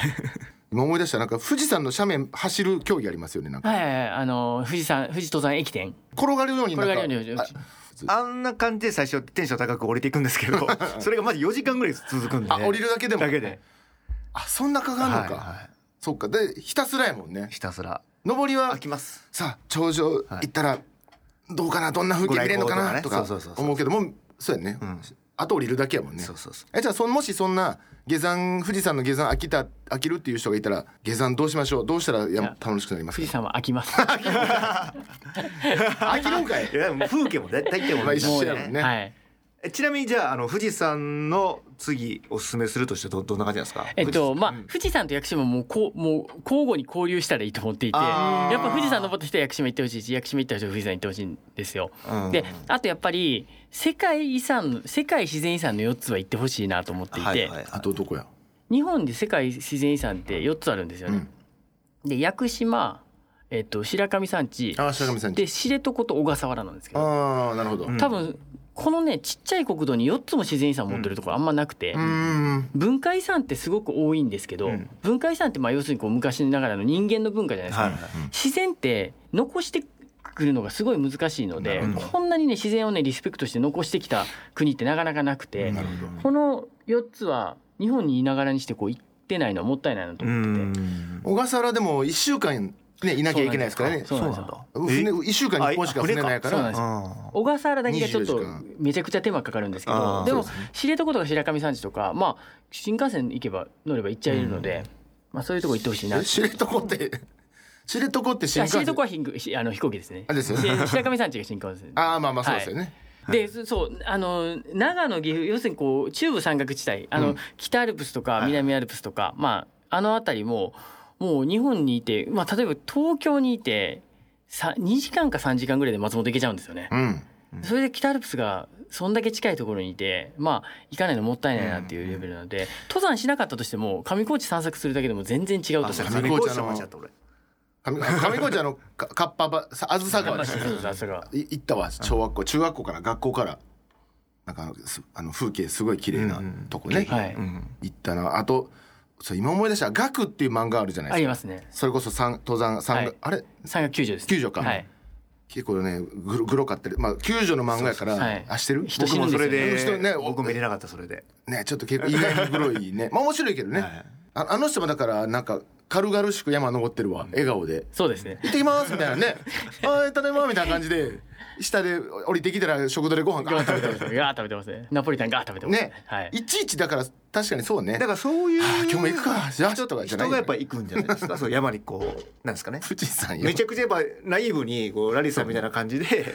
[SPEAKER 1] 今思い出したなんか富士山の斜面走る競技ありますよねなんか
[SPEAKER 3] はいはいはいあの富士山富士登山駅伝
[SPEAKER 1] 転がるようになんか
[SPEAKER 3] 転がるように
[SPEAKER 1] あ
[SPEAKER 2] あんな感じで最初テンション高く降りていくんですけどそれがまず4時間ぐらい続くんで
[SPEAKER 1] あ降りるだけでも
[SPEAKER 2] だけで
[SPEAKER 1] あそんなかかんのか、
[SPEAKER 2] はいは
[SPEAKER 1] そっかでひたすらやもんね
[SPEAKER 2] いひたすら
[SPEAKER 1] 上りは
[SPEAKER 2] 飽きます
[SPEAKER 1] さあ頂上行ったらどうかな、どんな風景見れるのかなと
[SPEAKER 2] ご来
[SPEAKER 1] か
[SPEAKER 2] 光とかねそうそうそうそう
[SPEAKER 1] 思うけどもうそうやね、
[SPEAKER 2] ん
[SPEAKER 1] あと降りるだけやもんね
[SPEAKER 2] そうそうそう
[SPEAKER 1] えじゃあそのもしそんな下山富士山の下山飽きた飽きるっていう人がいたら下山どうしましょうどうしたらや
[SPEAKER 3] や
[SPEAKER 1] 楽しくなります
[SPEAKER 3] 富士
[SPEAKER 1] か
[SPEAKER 3] 山は飽 きます
[SPEAKER 1] 飽きるんかい
[SPEAKER 2] いやでも風景も絶対行っても
[SPEAKER 1] まあ一
[SPEAKER 2] も
[SPEAKER 1] 緒
[SPEAKER 2] う
[SPEAKER 1] やもんね
[SPEAKER 3] はい
[SPEAKER 2] えちなみにじゃああの富士山の次おすすめするとしてどどんな感じなんですか
[SPEAKER 3] えっとまあ、
[SPEAKER 2] 富士
[SPEAKER 3] 富士山と屋久島もこうもう交互に交流したらいいと思っていて
[SPEAKER 2] あ
[SPEAKER 3] や
[SPEAKER 2] ー
[SPEAKER 3] っぱ富士山登った人は屋久島行ってほしいし屋久島行った人は富士山行ってほしいんですよ。
[SPEAKER 2] うん
[SPEAKER 3] であとやっぱり世界遺産世界自然遺産の4つは行ってほしいなと思っていて、
[SPEAKER 2] はいはいはい
[SPEAKER 1] あとどこや
[SPEAKER 3] 日本で世界自然遺産って4つあるんですよね。で屋久島、えっと、白神山地
[SPEAKER 1] あ白神さん
[SPEAKER 3] で知床と小笠原なんですけど
[SPEAKER 1] ああなるほど
[SPEAKER 2] ん
[SPEAKER 3] 多分このねちっちゃい国土に4つも自然遺産持ってるところあんまなくて。
[SPEAKER 1] うん
[SPEAKER 3] 文化遺産ってすごく多いんですけど、
[SPEAKER 2] うん
[SPEAKER 3] 文化遺産ってまあ要するにこう昔ながらの人間の文化じゃないですか、
[SPEAKER 2] はいはい
[SPEAKER 3] 自然って残してくるのがすごい難しいので
[SPEAKER 2] なるほど
[SPEAKER 3] こんなにね自然をねリスペクトして残してきた国ってなかなかなくて、
[SPEAKER 1] なるほど
[SPEAKER 3] この4つは日本にいながらにしてこう行ってないのはもったいないなと
[SPEAKER 2] う
[SPEAKER 3] 思ってて。
[SPEAKER 2] ん
[SPEAKER 1] 小笠原でも一週間ねいなきゃいけないですからね
[SPEAKER 3] そうなんですよ
[SPEAKER 1] 船一週間に一本しか船ないか
[SPEAKER 3] そう
[SPEAKER 1] ら
[SPEAKER 3] なんです
[SPEAKER 2] あ
[SPEAKER 3] 小笠原だけがちょっ
[SPEAKER 1] 24
[SPEAKER 3] と
[SPEAKER 1] 時間
[SPEAKER 3] めちゃくちゃ手間かかるんですけ
[SPEAKER 2] あ
[SPEAKER 3] ど
[SPEAKER 2] ー
[SPEAKER 3] でも
[SPEAKER 2] そ
[SPEAKER 3] 知床とか白神山地とかまあ新幹線行けば乗れば行っちゃえるので、まあ、そういうとこ行ってほしいな
[SPEAKER 1] え知床って 知床って
[SPEAKER 3] い
[SPEAKER 1] 新
[SPEAKER 3] や
[SPEAKER 1] 幹
[SPEAKER 3] 知
[SPEAKER 1] 線
[SPEAKER 3] 床はひんぐひあの飛行機ですね
[SPEAKER 1] あ。ですよね。
[SPEAKER 3] で白神山地が新幹線
[SPEAKER 1] ああまあまあそうですよね
[SPEAKER 3] でそそうあの長野岐阜要するにこう中部山岳地帯あの、北アルプスとか南アルプスとか、まああの辺りももう日本にいて、まあ、例えば東京にいてさ2時間か3時間ぐらいで松本行けちゃうんですよね。
[SPEAKER 1] うん
[SPEAKER 3] それで北アルプスがそんだけ近いところにいてまあ行かないのもったいないなっていうレベルなので、登山しなかったとしても上高地散策するだけでも全然違うと思うんですよ
[SPEAKER 1] 上
[SPEAKER 2] 高地の間違った俺
[SPEAKER 1] 上上高地あのかかっぱばさあずさ川
[SPEAKER 3] まあ
[SPEAKER 1] で
[SPEAKER 3] そう
[SPEAKER 1] す
[SPEAKER 3] そうそう朝が
[SPEAKER 1] い行ったわ小学校中学校から学校からなんかあのすあの風景すごい綺麗な
[SPEAKER 2] うん
[SPEAKER 1] とこね、
[SPEAKER 3] はい、
[SPEAKER 2] うん
[SPEAKER 1] 行ったなあとそう今思い出した「ガク」っていう漫画あるじゃない
[SPEAKER 3] あ
[SPEAKER 1] で
[SPEAKER 3] り
[SPEAKER 1] すか
[SPEAKER 3] ますね。
[SPEAKER 1] それこそ山登山山岳、
[SPEAKER 3] はい
[SPEAKER 1] あれ
[SPEAKER 3] 山岳救助です、
[SPEAKER 1] 救助か
[SPEAKER 3] はい。
[SPEAKER 1] 結構ねグログロかったりまあ救助の漫画やから
[SPEAKER 3] そうそうはい
[SPEAKER 1] あしてる
[SPEAKER 3] 人死
[SPEAKER 2] 僕
[SPEAKER 3] ぬ
[SPEAKER 2] も
[SPEAKER 3] ん
[SPEAKER 2] そ
[SPEAKER 3] です
[SPEAKER 2] れ
[SPEAKER 3] よね
[SPEAKER 1] 人ね
[SPEAKER 2] で僕見れなかったそれで
[SPEAKER 1] ねちょっと結構意外にグロ いねまあ面白いけどね、
[SPEAKER 2] はい
[SPEAKER 1] ああの人もだからなんか軽々しく山登ってるわ笑顔で
[SPEAKER 3] そうですね。
[SPEAKER 1] 行ってきますみたいな ね「あーただいま」みたいな感じで下で降りてきたら食堂でご飯
[SPEAKER 3] ガ
[SPEAKER 1] が
[SPEAKER 3] ー食べてますね。ガー食べてますね。ナポリタンガー食べてますね
[SPEAKER 1] ね。、
[SPEAKER 3] はい。
[SPEAKER 1] いちいちだから確かにそうね
[SPEAKER 2] だからそういう
[SPEAKER 1] あー今日も行くかじゃあ
[SPEAKER 2] 人
[SPEAKER 1] とかじゃない
[SPEAKER 2] 人がやっぱ行くんじゃないですかそう山にこうなんですかね
[SPEAKER 1] 富士山よ
[SPEAKER 2] めちゃくちゃやっぱナイーブにこうラリーさんみたいな感じで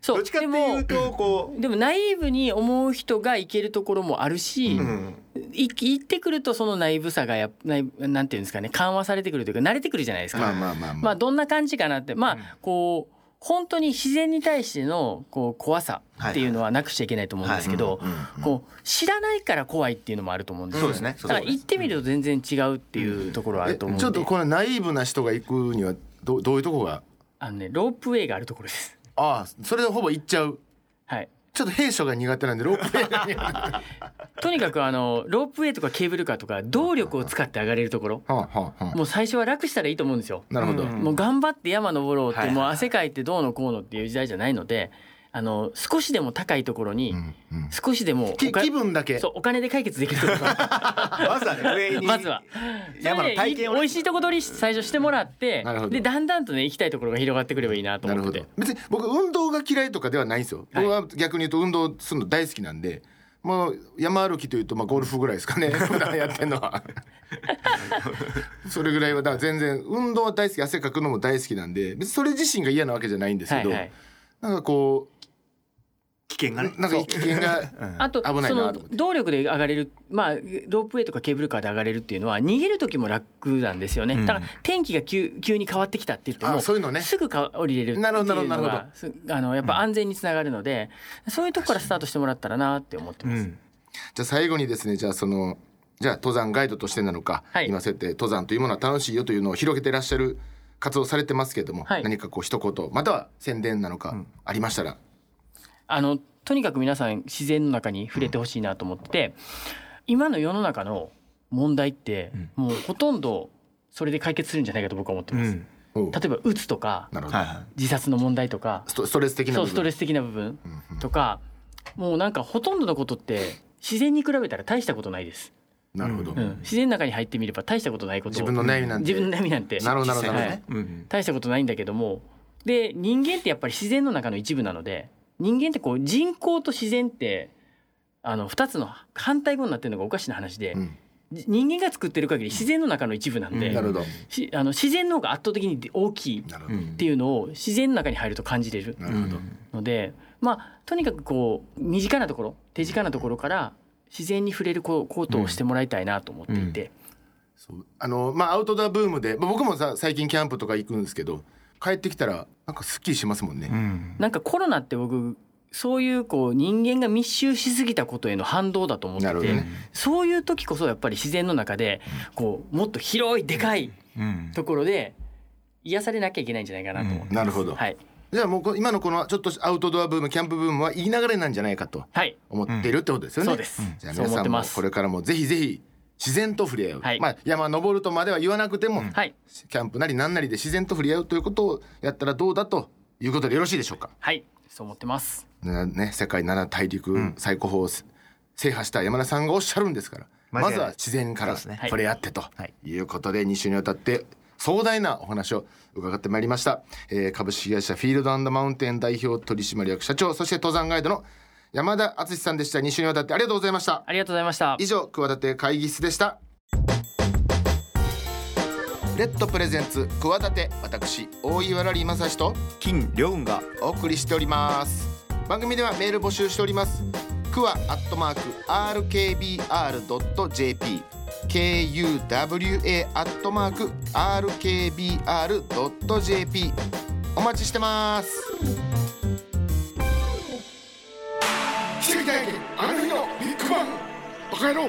[SPEAKER 3] そ
[SPEAKER 2] どっ
[SPEAKER 3] う。
[SPEAKER 2] ちかってい
[SPEAKER 3] でも
[SPEAKER 2] う、とこ
[SPEAKER 3] でもナイーブに思う人が行けるところもあるし、
[SPEAKER 2] ううん
[SPEAKER 3] い行ってくるとそのナイーブさがやないなんていうんですかね緩和されてくるというか慣れてくるじゃないですか。
[SPEAKER 1] まあまあまあま
[SPEAKER 3] ま
[SPEAKER 1] あ
[SPEAKER 3] あどんな感じかなってまあこう本当に自然に対してのこう怖さっていうのはなくちゃいけないと思うんですけど
[SPEAKER 1] うんうんうん
[SPEAKER 3] こう知らないから怖いっていうのもあると思うんですよ
[SPEAKER 2] そうですね
[SPEAKER 3] だから
[SPEAKER 2] そうです
[SPEAKER 3] 行ってみると全然違うっていうところはあ
[SPEAKER 1] え
[SPEAKER 3] ると思うん
[SPEAKER 1] ち
[SPEAKER 3] で
[SPEAKER 1] ょっとこのナイーブな人が行くにはどどういうとこが
[SPEAKER 3] あのねロープウェイがあるところです。
[SPEAKER 1] ああそれでほぼ行っちゃう
[SPEAKER 3] はい。
[SPEAKER 1] ちょっと兵所が苦手なんでロープウェイ が苦手は
[SPEAKER 3] とにかくあのロープウェイとかケーブルカーとか動力を使って上がれるところ
[SPEAKER 1] あはあはあ
[SPEAKER 3] もう最初は楽したらいいと思うんですよ。
[SPEAKER 1] なるほど、
[SPEAKER 2] うん
[SPEAKER 3] もう頑張って山登ろうって、
[SPEAKER 2] はいはい
[SPEAKER 3] も
[SPEAKER 2] はいう
[SPEAKER 3] 汗かいてどうのこうのっていう時代じゃないのであの少しでも高いところに、
[SPEAKER 1] うんうん
[SPEAKER 3] 少しでも
[SPEAKER 1] き
[SPEAKER 3] おか
[SPEAKER 1] 気分だけ
[SPEAKER 3] そうお金で解決できるところ
[SPEAKER 2] まずはね上 に
[SPEAKER 3] まずは
[SPEAKER 2] 山の体験を
[SPEAKER 3] それでいい美
[SPEAKER 2] ね
[SPEAKER 3] 味しいとこ取り最初してもらって
[SPEAKER 1] なるほど
[SPEAKER 3] でだんだんとね行きたいところが広がってくればいいなと
[SPEAKER 1] なるほ
[SPEAKER 3] 思って
[SPEAKER 1] ど
[SPEAKER 3] て
[SPEAKER 1] 別に僕運動が嫌いとかではないんですよ、
[SPEAKER 3] はい
[SPEAKER 1] 僕は逆に言うと運動するの大好きなんでもう山歩きというとまあゴルフぐらいです かね普段やってんのはそれぐらいはだから全然運動は大好き汗かくのも大好きなんで別にそれ自身が嫌なわけじゃないんです
[SPEAKER 3] は
[SPEAKER 1] け
[SPEAKER 3] い
[SPEAKER 1] ど、
[SPEAKER 3] はい、
[SPEAKER 1] なんかこ
[SPEAKER 2] 危険がね
[SPEAKER 1] うなんか危険が
[SPEAKER 3] あと
[SPEAKER 1] 危ない
[SPEAKER 3] そ
[SPEAKER 1] な
[SPEAKER 3] の
[SPEAKER 1] と思って
[SPEAKER 3] 動力で上がれる、まあ、ロープウェイとかケーブルカーで上がれるっていうのは逃げる時も楽なんですよね、
[SPEAKER 2] うん
[SPEAKER 3] だから天気が急急に変わってきたって言っても
[SPEAKER 1] あそういうのね
[SPEAKER 3] すぐか降りれるっていう
[SPEAKER 1] なるほどなるほ
[SPEAKER 3] の
[SPEAKER 1] どな
[SPEAKER 3] がすあのやっぱ安全につながるので、そういうとこからスタートしてもらったらなって思って
[SPEAKER 2] う
[SPEAKER 3] ます。
[SPEAKER 2] ん
[SPEAKER 1] じゃあ最後にですねじゃあそのじゃあ登山ガイドとしてなのか、
[SPEAKER 3] はい
[SPEAKER 1] 今そうやって登山というものは楽しいよというのを広げていらっしゃる活動されてますけども、
[SPEAKER 3] はい
[SPEAKER 1] 何かこう一言または宣伝なのかありましたら、
[SPEAKER 3] あのとにかく皆さん自然の中に触れてほしいなと思ってて今の世の中の問題ってもうほとんどそれで解決するんじゃないかと僕は思って
[SPEAKER 2] う
[SPEAKER 3] ます。
[SPEAKER 2] ん
[SPEAKER 1] おう
[SPEAKER 3] 例えばうつとか
[SPEAKER 1] なるほど、
[SPEAKER 2] はいは
[SPEAKER 3] 自殺の問題とか
[SPEAKER 1] ストストレス的な部
[SPEAKER 3] そう
[SPEAKER 1] 分
[SPEAKER 3] ストレス的な部分
[SPEAKER 1] うんうん
[SPEAKER 3] とかもうなんかほとんどのことって自然に比べたら大したことないです、
[SPEAKER 1] なるほど、
[SPEAKER 2] う
[SPEAKER 3] うん自然の中に入ってみれば大したことないこと
[SPEAKER 1] 自分の悩みなんて
[SPEAKER 3] 自分の悩みなんて
[SPEAKER 1] なるほどなるほど
[SPEAKER 2] い
[SPEAKER 1] なるほ
[SPEAKER 3] はい
[SPEAKER 1] ど
[SPEAKER 2] うんうん
[SPEAKER 3] 大したことないんだけどもで人間ってやっぱり自然の中の一部なので人間ってこう人口と自然ってあの2つの反対語になってるのがおかしな話で、
[SPEAKER 1] うん
[SPEAKER 3] じ人間が作ってる限り自然の中の一部なんで、
[SPEAKER 2] うん
[SPEAKER 1] なるほど
[SPEAKER 3] しあの自然の方が圧倒的に大きいっ
[SPEAKER 1] なるほ
[SPEAKER 2] う
[SPEAKER 1] ど
[SPEAKER 2] ん
[SPEAKER 3] ていうのを自然の中に入ると感じれる
[SPEAKER 1] なるほど、
[SPEAKER 3] のでまあとにかくこう身近なところ手近なところから自然に触れるこうことをしてもらいたいなと思っていて、
[SPEAKER 1] そうあのまあアウトドアブームで、まあ、僕もさ最近キャンプとか行くんですけど帰ってきたらなんかすっきりしますもんね、
[SPEAKER 2] うん
[SPEAKER 3] なんかコロナって僕そういうこう人間が密集しすぎたことへの反動だと思って
[SPEAKER 1] なるほ
[SPEAKER 3] て、
[SPEAKER 1] どね
[SPEAKER 3] そういう時こそやっぱり自然の中でこうもっと広いでかい
[SPEAKER 2] うん
[SPEAKER 3] ところで癒されなきゃいけないんじゃないかなと思って、
[SPEAKER 1] なるほど、
[SPEAKER 3] はい
[SPEAKER 1] じゃあもうこ今のこのちょっとアウトドアブームキャンプブームは言いながらなんじゃないかと
[SPEAKER 3] はい
[SPEAKER 1] 思っているってことですよね、
[SPEAKER 3] そうです、
[SPEAKER 1] じゃあ
[SPEAKER 3] そう
[SPEAKER 1] 皆
[SPEAKER 3] 思っ
[SPEAKER 1] さ
[SPEAKER 3] て
[SPEAKER 1] ん
[SPEAKER 3] ま
[SPEAKER 1] も
[SPEAKER 3] す
[SPEAKER 1] これからもぜひぜひ自然と触れ合う、
[SPEAKER 3] はい
[SPEAKER 1] まあ、山登るとまでは言わなくても、
[SPEAKER 3] はい
[SPEAKER 1] キャンプなりなんなりで自然と触れ合うということをやったらどうだということでよろしいでしょうか
[SPEAKER 3] はいそう思ってます
[SPEAKER 1] なね、世界七大陸最高峰を制覇した山田さんがおっしゃるんですから、
[SPEAKER 2] 間違
[SPEAKER 1] ま
[SPEAKER 2] いな
[SPEAKER 1] ず
[SPEAKER 2] い
[SPEAKER 1] は自然から
[SPEAKER 2] そうですね
[SPEAKER 1] 触れ合ってと
[SPEAKER 2] はい
[SPEAKER 1] いうことで2週にわたって壮大なお話を伺ってまいりました、えー株式会社フィールドマウンテン代表取締役社長そして登山ガイドの山田敦さんでした2週にわたってありがとうございました
[SPEAKER 3] ありがとうございました
[SPEAKER 1] 以上企て会議室でしたレッドプレゼンツ企て私大岩良理正史と
[SPEAKER 2] 金良雲が
[SPEAKER 1] お送りしております番組ではメール募集しておりますくわアットマーク RKBR.jp KUWA アットマーク RKBR.jp お待ちしてます奇跡体験あの日のビッグバンバカ野郎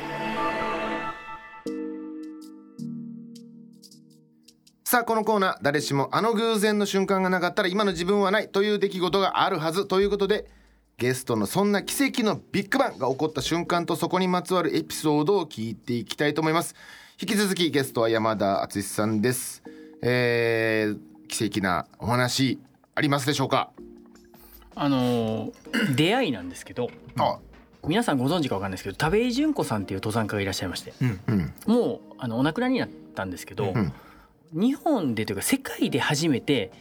[SPEAKER 1] さあこのコーナー誰しもあの偶然の瞬間がなかったら今の自分はないという出来事があるはずということでゲストのそんな奇跡のビッグバンが起こった瞬間とそこにまつわるエピソードを聞いていきたいと思います引き続きゲストは山田敦さんですえー、奇跡なお話ありますでしょうか
[SPEAKER 3] あのー出会いなんですけど
[SPEAKER 1] あ
[SPEAKER 3] 皆さんご存知かわかんないですけど田部井淳子さんっていう登山家がいらっしゃいまして
[SPEAKER 1] うん
[SPEAKER 3] もうあのお亡くなりになったんですけど、
[SPEAKER 1] うん
[SPEAKER 3] 日本でというか世界で初めて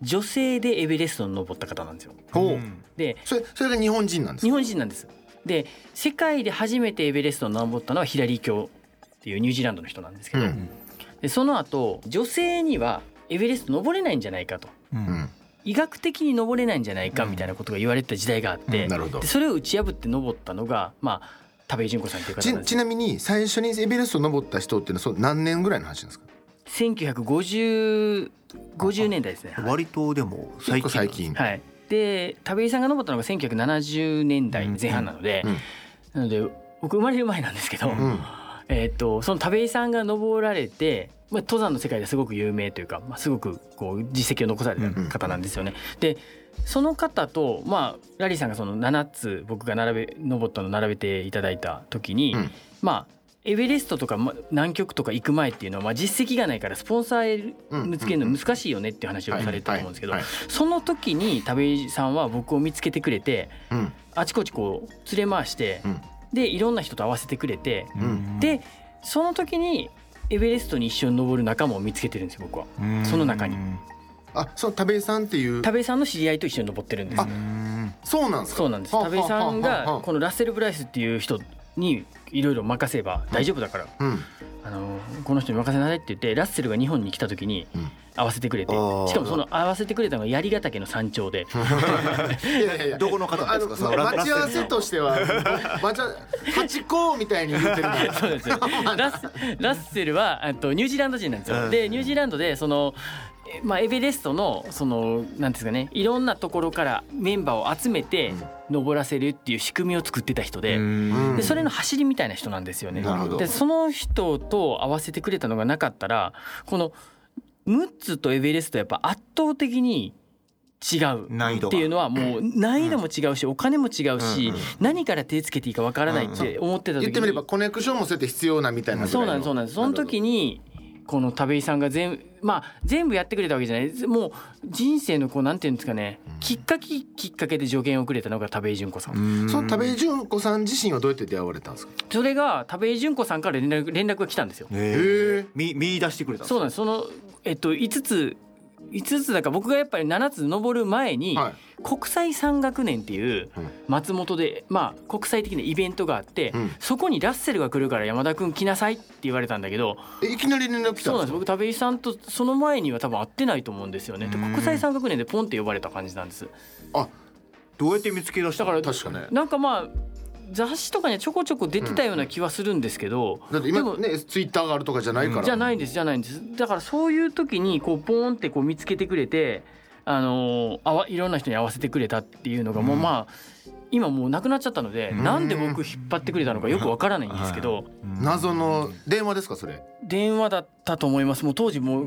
[SPEAKER 3] 女性でエベレストに登った方なんですよ。
[SPEAKER 1] ほう、
[SPEAKER 2] うん
[SPEAKER 3] で
[SPEAKER 1] それそれが日本人なんです
[SPEAKER 3] 日
[SPEAKER 1] か
[SPEAKER 3] 本人なんです。で世界で初めてエベレストに登ったのはヒラリー教っていうニュージーランドの人なんですけど、
[SPEAKER 1] うん
[SPEAKER 3] でその後女性にはエベレスト登れないんじゃないかと
[SPEAKER 2] う
[SPEAKER 1] うんん
[SPEAKER 3] 医学的に登れないんじゃないかみたいなことが言われてた時代があって、
[SPEAKER 1] なるほど
[SPEAKER 3] でそれを打ち破って登ったのがまあ田部井淳子さんという方なん
[SPEAKER 1] ち
[SPEAKER 3] です
[SPEAKER 1] ちなみに最初にエベレスト登った人っていうのはそう何年ぐらいの話なんですか
[SPEAKER 3] 1950 50年代ですね。はい
[SPEAKER 2] 割とでも
[SPEAKER 1] 結
[SPEAKER 2] 最
[SPEAKER 1] 構
[SPEAKER 2] 近
[SPEAKER 1] 最近、
[SPEAKER 3] はい、で田部井さんが登ったのが1970年代前半なので、
[SPEAKER 1] うん
[SPEAKER 3] なので僕生まれる前なんですけど、
[SPEAKER 1] うん
[SPEAKER 3] えー、とその田部井さんが登られて、まあ、登山の世界ですごく有名というか、まあ、すごくこう実績を残された方なんですよね。でその方と、まあ、ラリーさんがその7つ僕が並べロボットの並べていただいた時に、
[SPEAKER 1] うん
[SPEAKER 3] まあエベレストとかま南極とか行く前っていうのは、まあ、実績がないからスポンサー見つけるの難しいよねっていう話をされたと思うんですけど
[SPEAKER 1] はいはい
[SPEAKER 3] その時に田部井さんは僕を見つけてくれて
[SPEAKER 1] うん
[SPEAKER 3] あちこちこう連れ回して
[SPEAKER 1] うん
[SPEAKER 3] でいろんな人と会わせてくれて
[SPEAKER 1] うん
[SPEAKER 3] でその時にエベレストに一緒に登る仲間を見つけてるんですよ僕は。その中に
[SPEAKER 1] あその田部井さんっていう
[SPEAKER 3] 田部井さんの知り合いと一緒に登ってるんです
[SPEAKER 1] あそうなんですか
[SPEAKER 3] そうなんです
[SPEAKER 1] はあ
[SPEAKER 3] 田部井
[SPEAKER 1] は
[SPEAKER 3] さん
[SPEAKER 1] あはあは
[SPEAKER 3] が
[SPEAKER 1] あ
[SPEAKER 3] このラッセル・ブライスっていう人にいろいろ任せば大丈夫だから、
[SPEAKER 1] うん
[SPEAKER 3] あのこの人に任せなさいって言ってラッセルが日本に来た時に
[SPEAKER 1] うん
[SPEAKER 3] 会わせてくれて、
[SPEAKER 2] あー
[SPEAKER 3] しかもその会わせてくれたのが槍ヶ岳の山頂で
[SPEAKER 1] いやいやいや
[SPEAKER 2] どこの方
[SPEAKER 1] あ
[SPEAKER 2] で
[SPEAKER 1] の
[SPEAKER 2] すかその
[SPEAKER 1] 待ち合わせとしては 待ち合わせ八甲みたいに言ってるんだよ
[SPEAKER 3] そうですよラッラッセルはえっとニュージーランド人なんですよ。
[SPEAKER 2] うん
[SPEAKER 3] でニュージーランドでそのえまあ、エベレストのそのなんですかねいろんなところからメンバーを集めて登らせるっていう仕組みを作ってた人で、
[SPEAKER 1] うん
[SPEAKER 3] でそれの走りみたいな人なんですよね。
[SPEAKER 1] なるほど
[SPEAKER 3] でその人と合わせてくれたのがなかったらこのムッツとエベレストやっぱ圧倒的に違う
[SPEAKER 2] 難易度
[SPEAKER 3] っ
[SPEAKER 2] が
[SPEAKER 3] ていうのはもう難易度も違うしお金も違うし何から手つけていいかわからないって思ってた
[SPEAKER 1] 言
[SPEAKER 3] 時に
[SPEAKER 1] ってみればコネクションもそうやって必要なみたいなぐら
[SPEAKER 3] そ
[SPEAKER 1] いう
[SPEAKER 3] なんで
[SPEAKER 1] の
[SPEAKER 3] すそうなんですその時にこの田部井さんが全,、まあ、全部やってくれたわけじゃないですもう人生のこうなんていうんですかねきっかけきっかけで助言をくれたのが田部井純子さん
[SPEAKER 1] その田部井純子さん自身はどうやって出会われたんですか
[SPEAKER 3] それが田部井純子さんから連絡連絡が来たんですよ。
[SPEAKER 1] へえ
[SPEAKER 2] え見見出してくれた
[SPEAKER 3] そう
[SPEAKER 2] う
[SPEAKER 3] なんですそのえっと5つ5つだから僕がやっぱり7つ登る前に、
[SPEAKER 1] はい
[SPEAKER 3] 国際山学年っていう
[SPEAKER 1] うん
[SPEAKER 3] 松本で、まあ、国際的なイベントがあって、
[SPEAKER 1] うん
[SPEAKER 3] そこにラッセルが来るから山田君来なさいって言われたんだけど
[SPEAKER 1] えいきなり連絡来た
[SPEAKER 3] そうんな
[SPEAKER 1] で
[SPEAKER 3] んですす
[SPEAKER 1] か
[SPEAKER 3] 僕田部井さんとその前には多分会ってないと思うんですよねで国際山学年でポンって呼ばれた感じなんです
[SPEAKER 1] あ
[SPEAKER 2] どうやって見つけ出した
[SPEAKER 3] だから
[SPEAKER 1] 確かね
[SPEAKER 3] なんかまあ雑誌とかにはちょこちょこ出てたような気はするんですけど、
[SPEAKER 1] だって
[SPEAKER 3] でも
[SPEAKER 1] 今ねツイッターがあるとかじゃないから
[SPEAKER 3] じゃないんですじゃないんですだからそういう時にこうポーンってこう見つけてくれてあのーあわいろんな人に合わせてくれたっていうのがもうまあ、今もうなくなっちゃったので、なんで僕引っ張ってくれたのかよくわからないんですけど、
[SPEAKER 1] 謎の電話ですかそれへ
[SPEAKER 3] 電話だったと思いますもう当時 も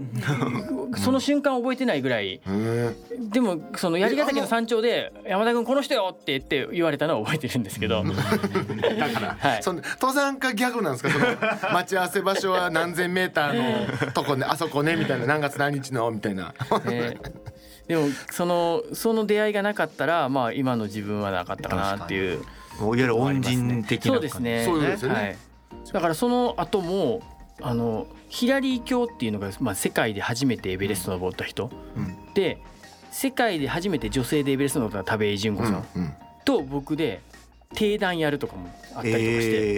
[SPEAKER 3] うその瞬間覚えてないぐらい
[SPEAKER 1] え
[SPEAKER 3] でもその槍ヶ岳の山頂で「山田君この人よ!」って言って言われたのは覚えてるんですけど、
[SPEAKER 1] だから、
[SPEAKER 3] はい
[SPEAKER 1] その登山家ギャグなんですかその 待ち合わせ場所は何千メーターのとこねあそこねみたいな何月何日のみたいな
[SPEAKER 3] ねでもそのその出会いがなかったら、まあ、今の自分はなかったかなっていう。
[SPEAKER 2] もういわゆる恩人的な
[SPEAKER 3] そうですね。
[SPEAKER 1] そういうことですよね
[SPEAKER 3] はい。だからその後もあのヒラリー教っていうのがまあ世界で初めてエベレストに登った人、
[SPEAKER 2] うん
[SPEAKER 3] で世界で初めて女性でエベレストに登った田部井純子さん
[SPEAKER 1] うん
[SPEAKER 3] と僕で定談やるとかもあったりとかして。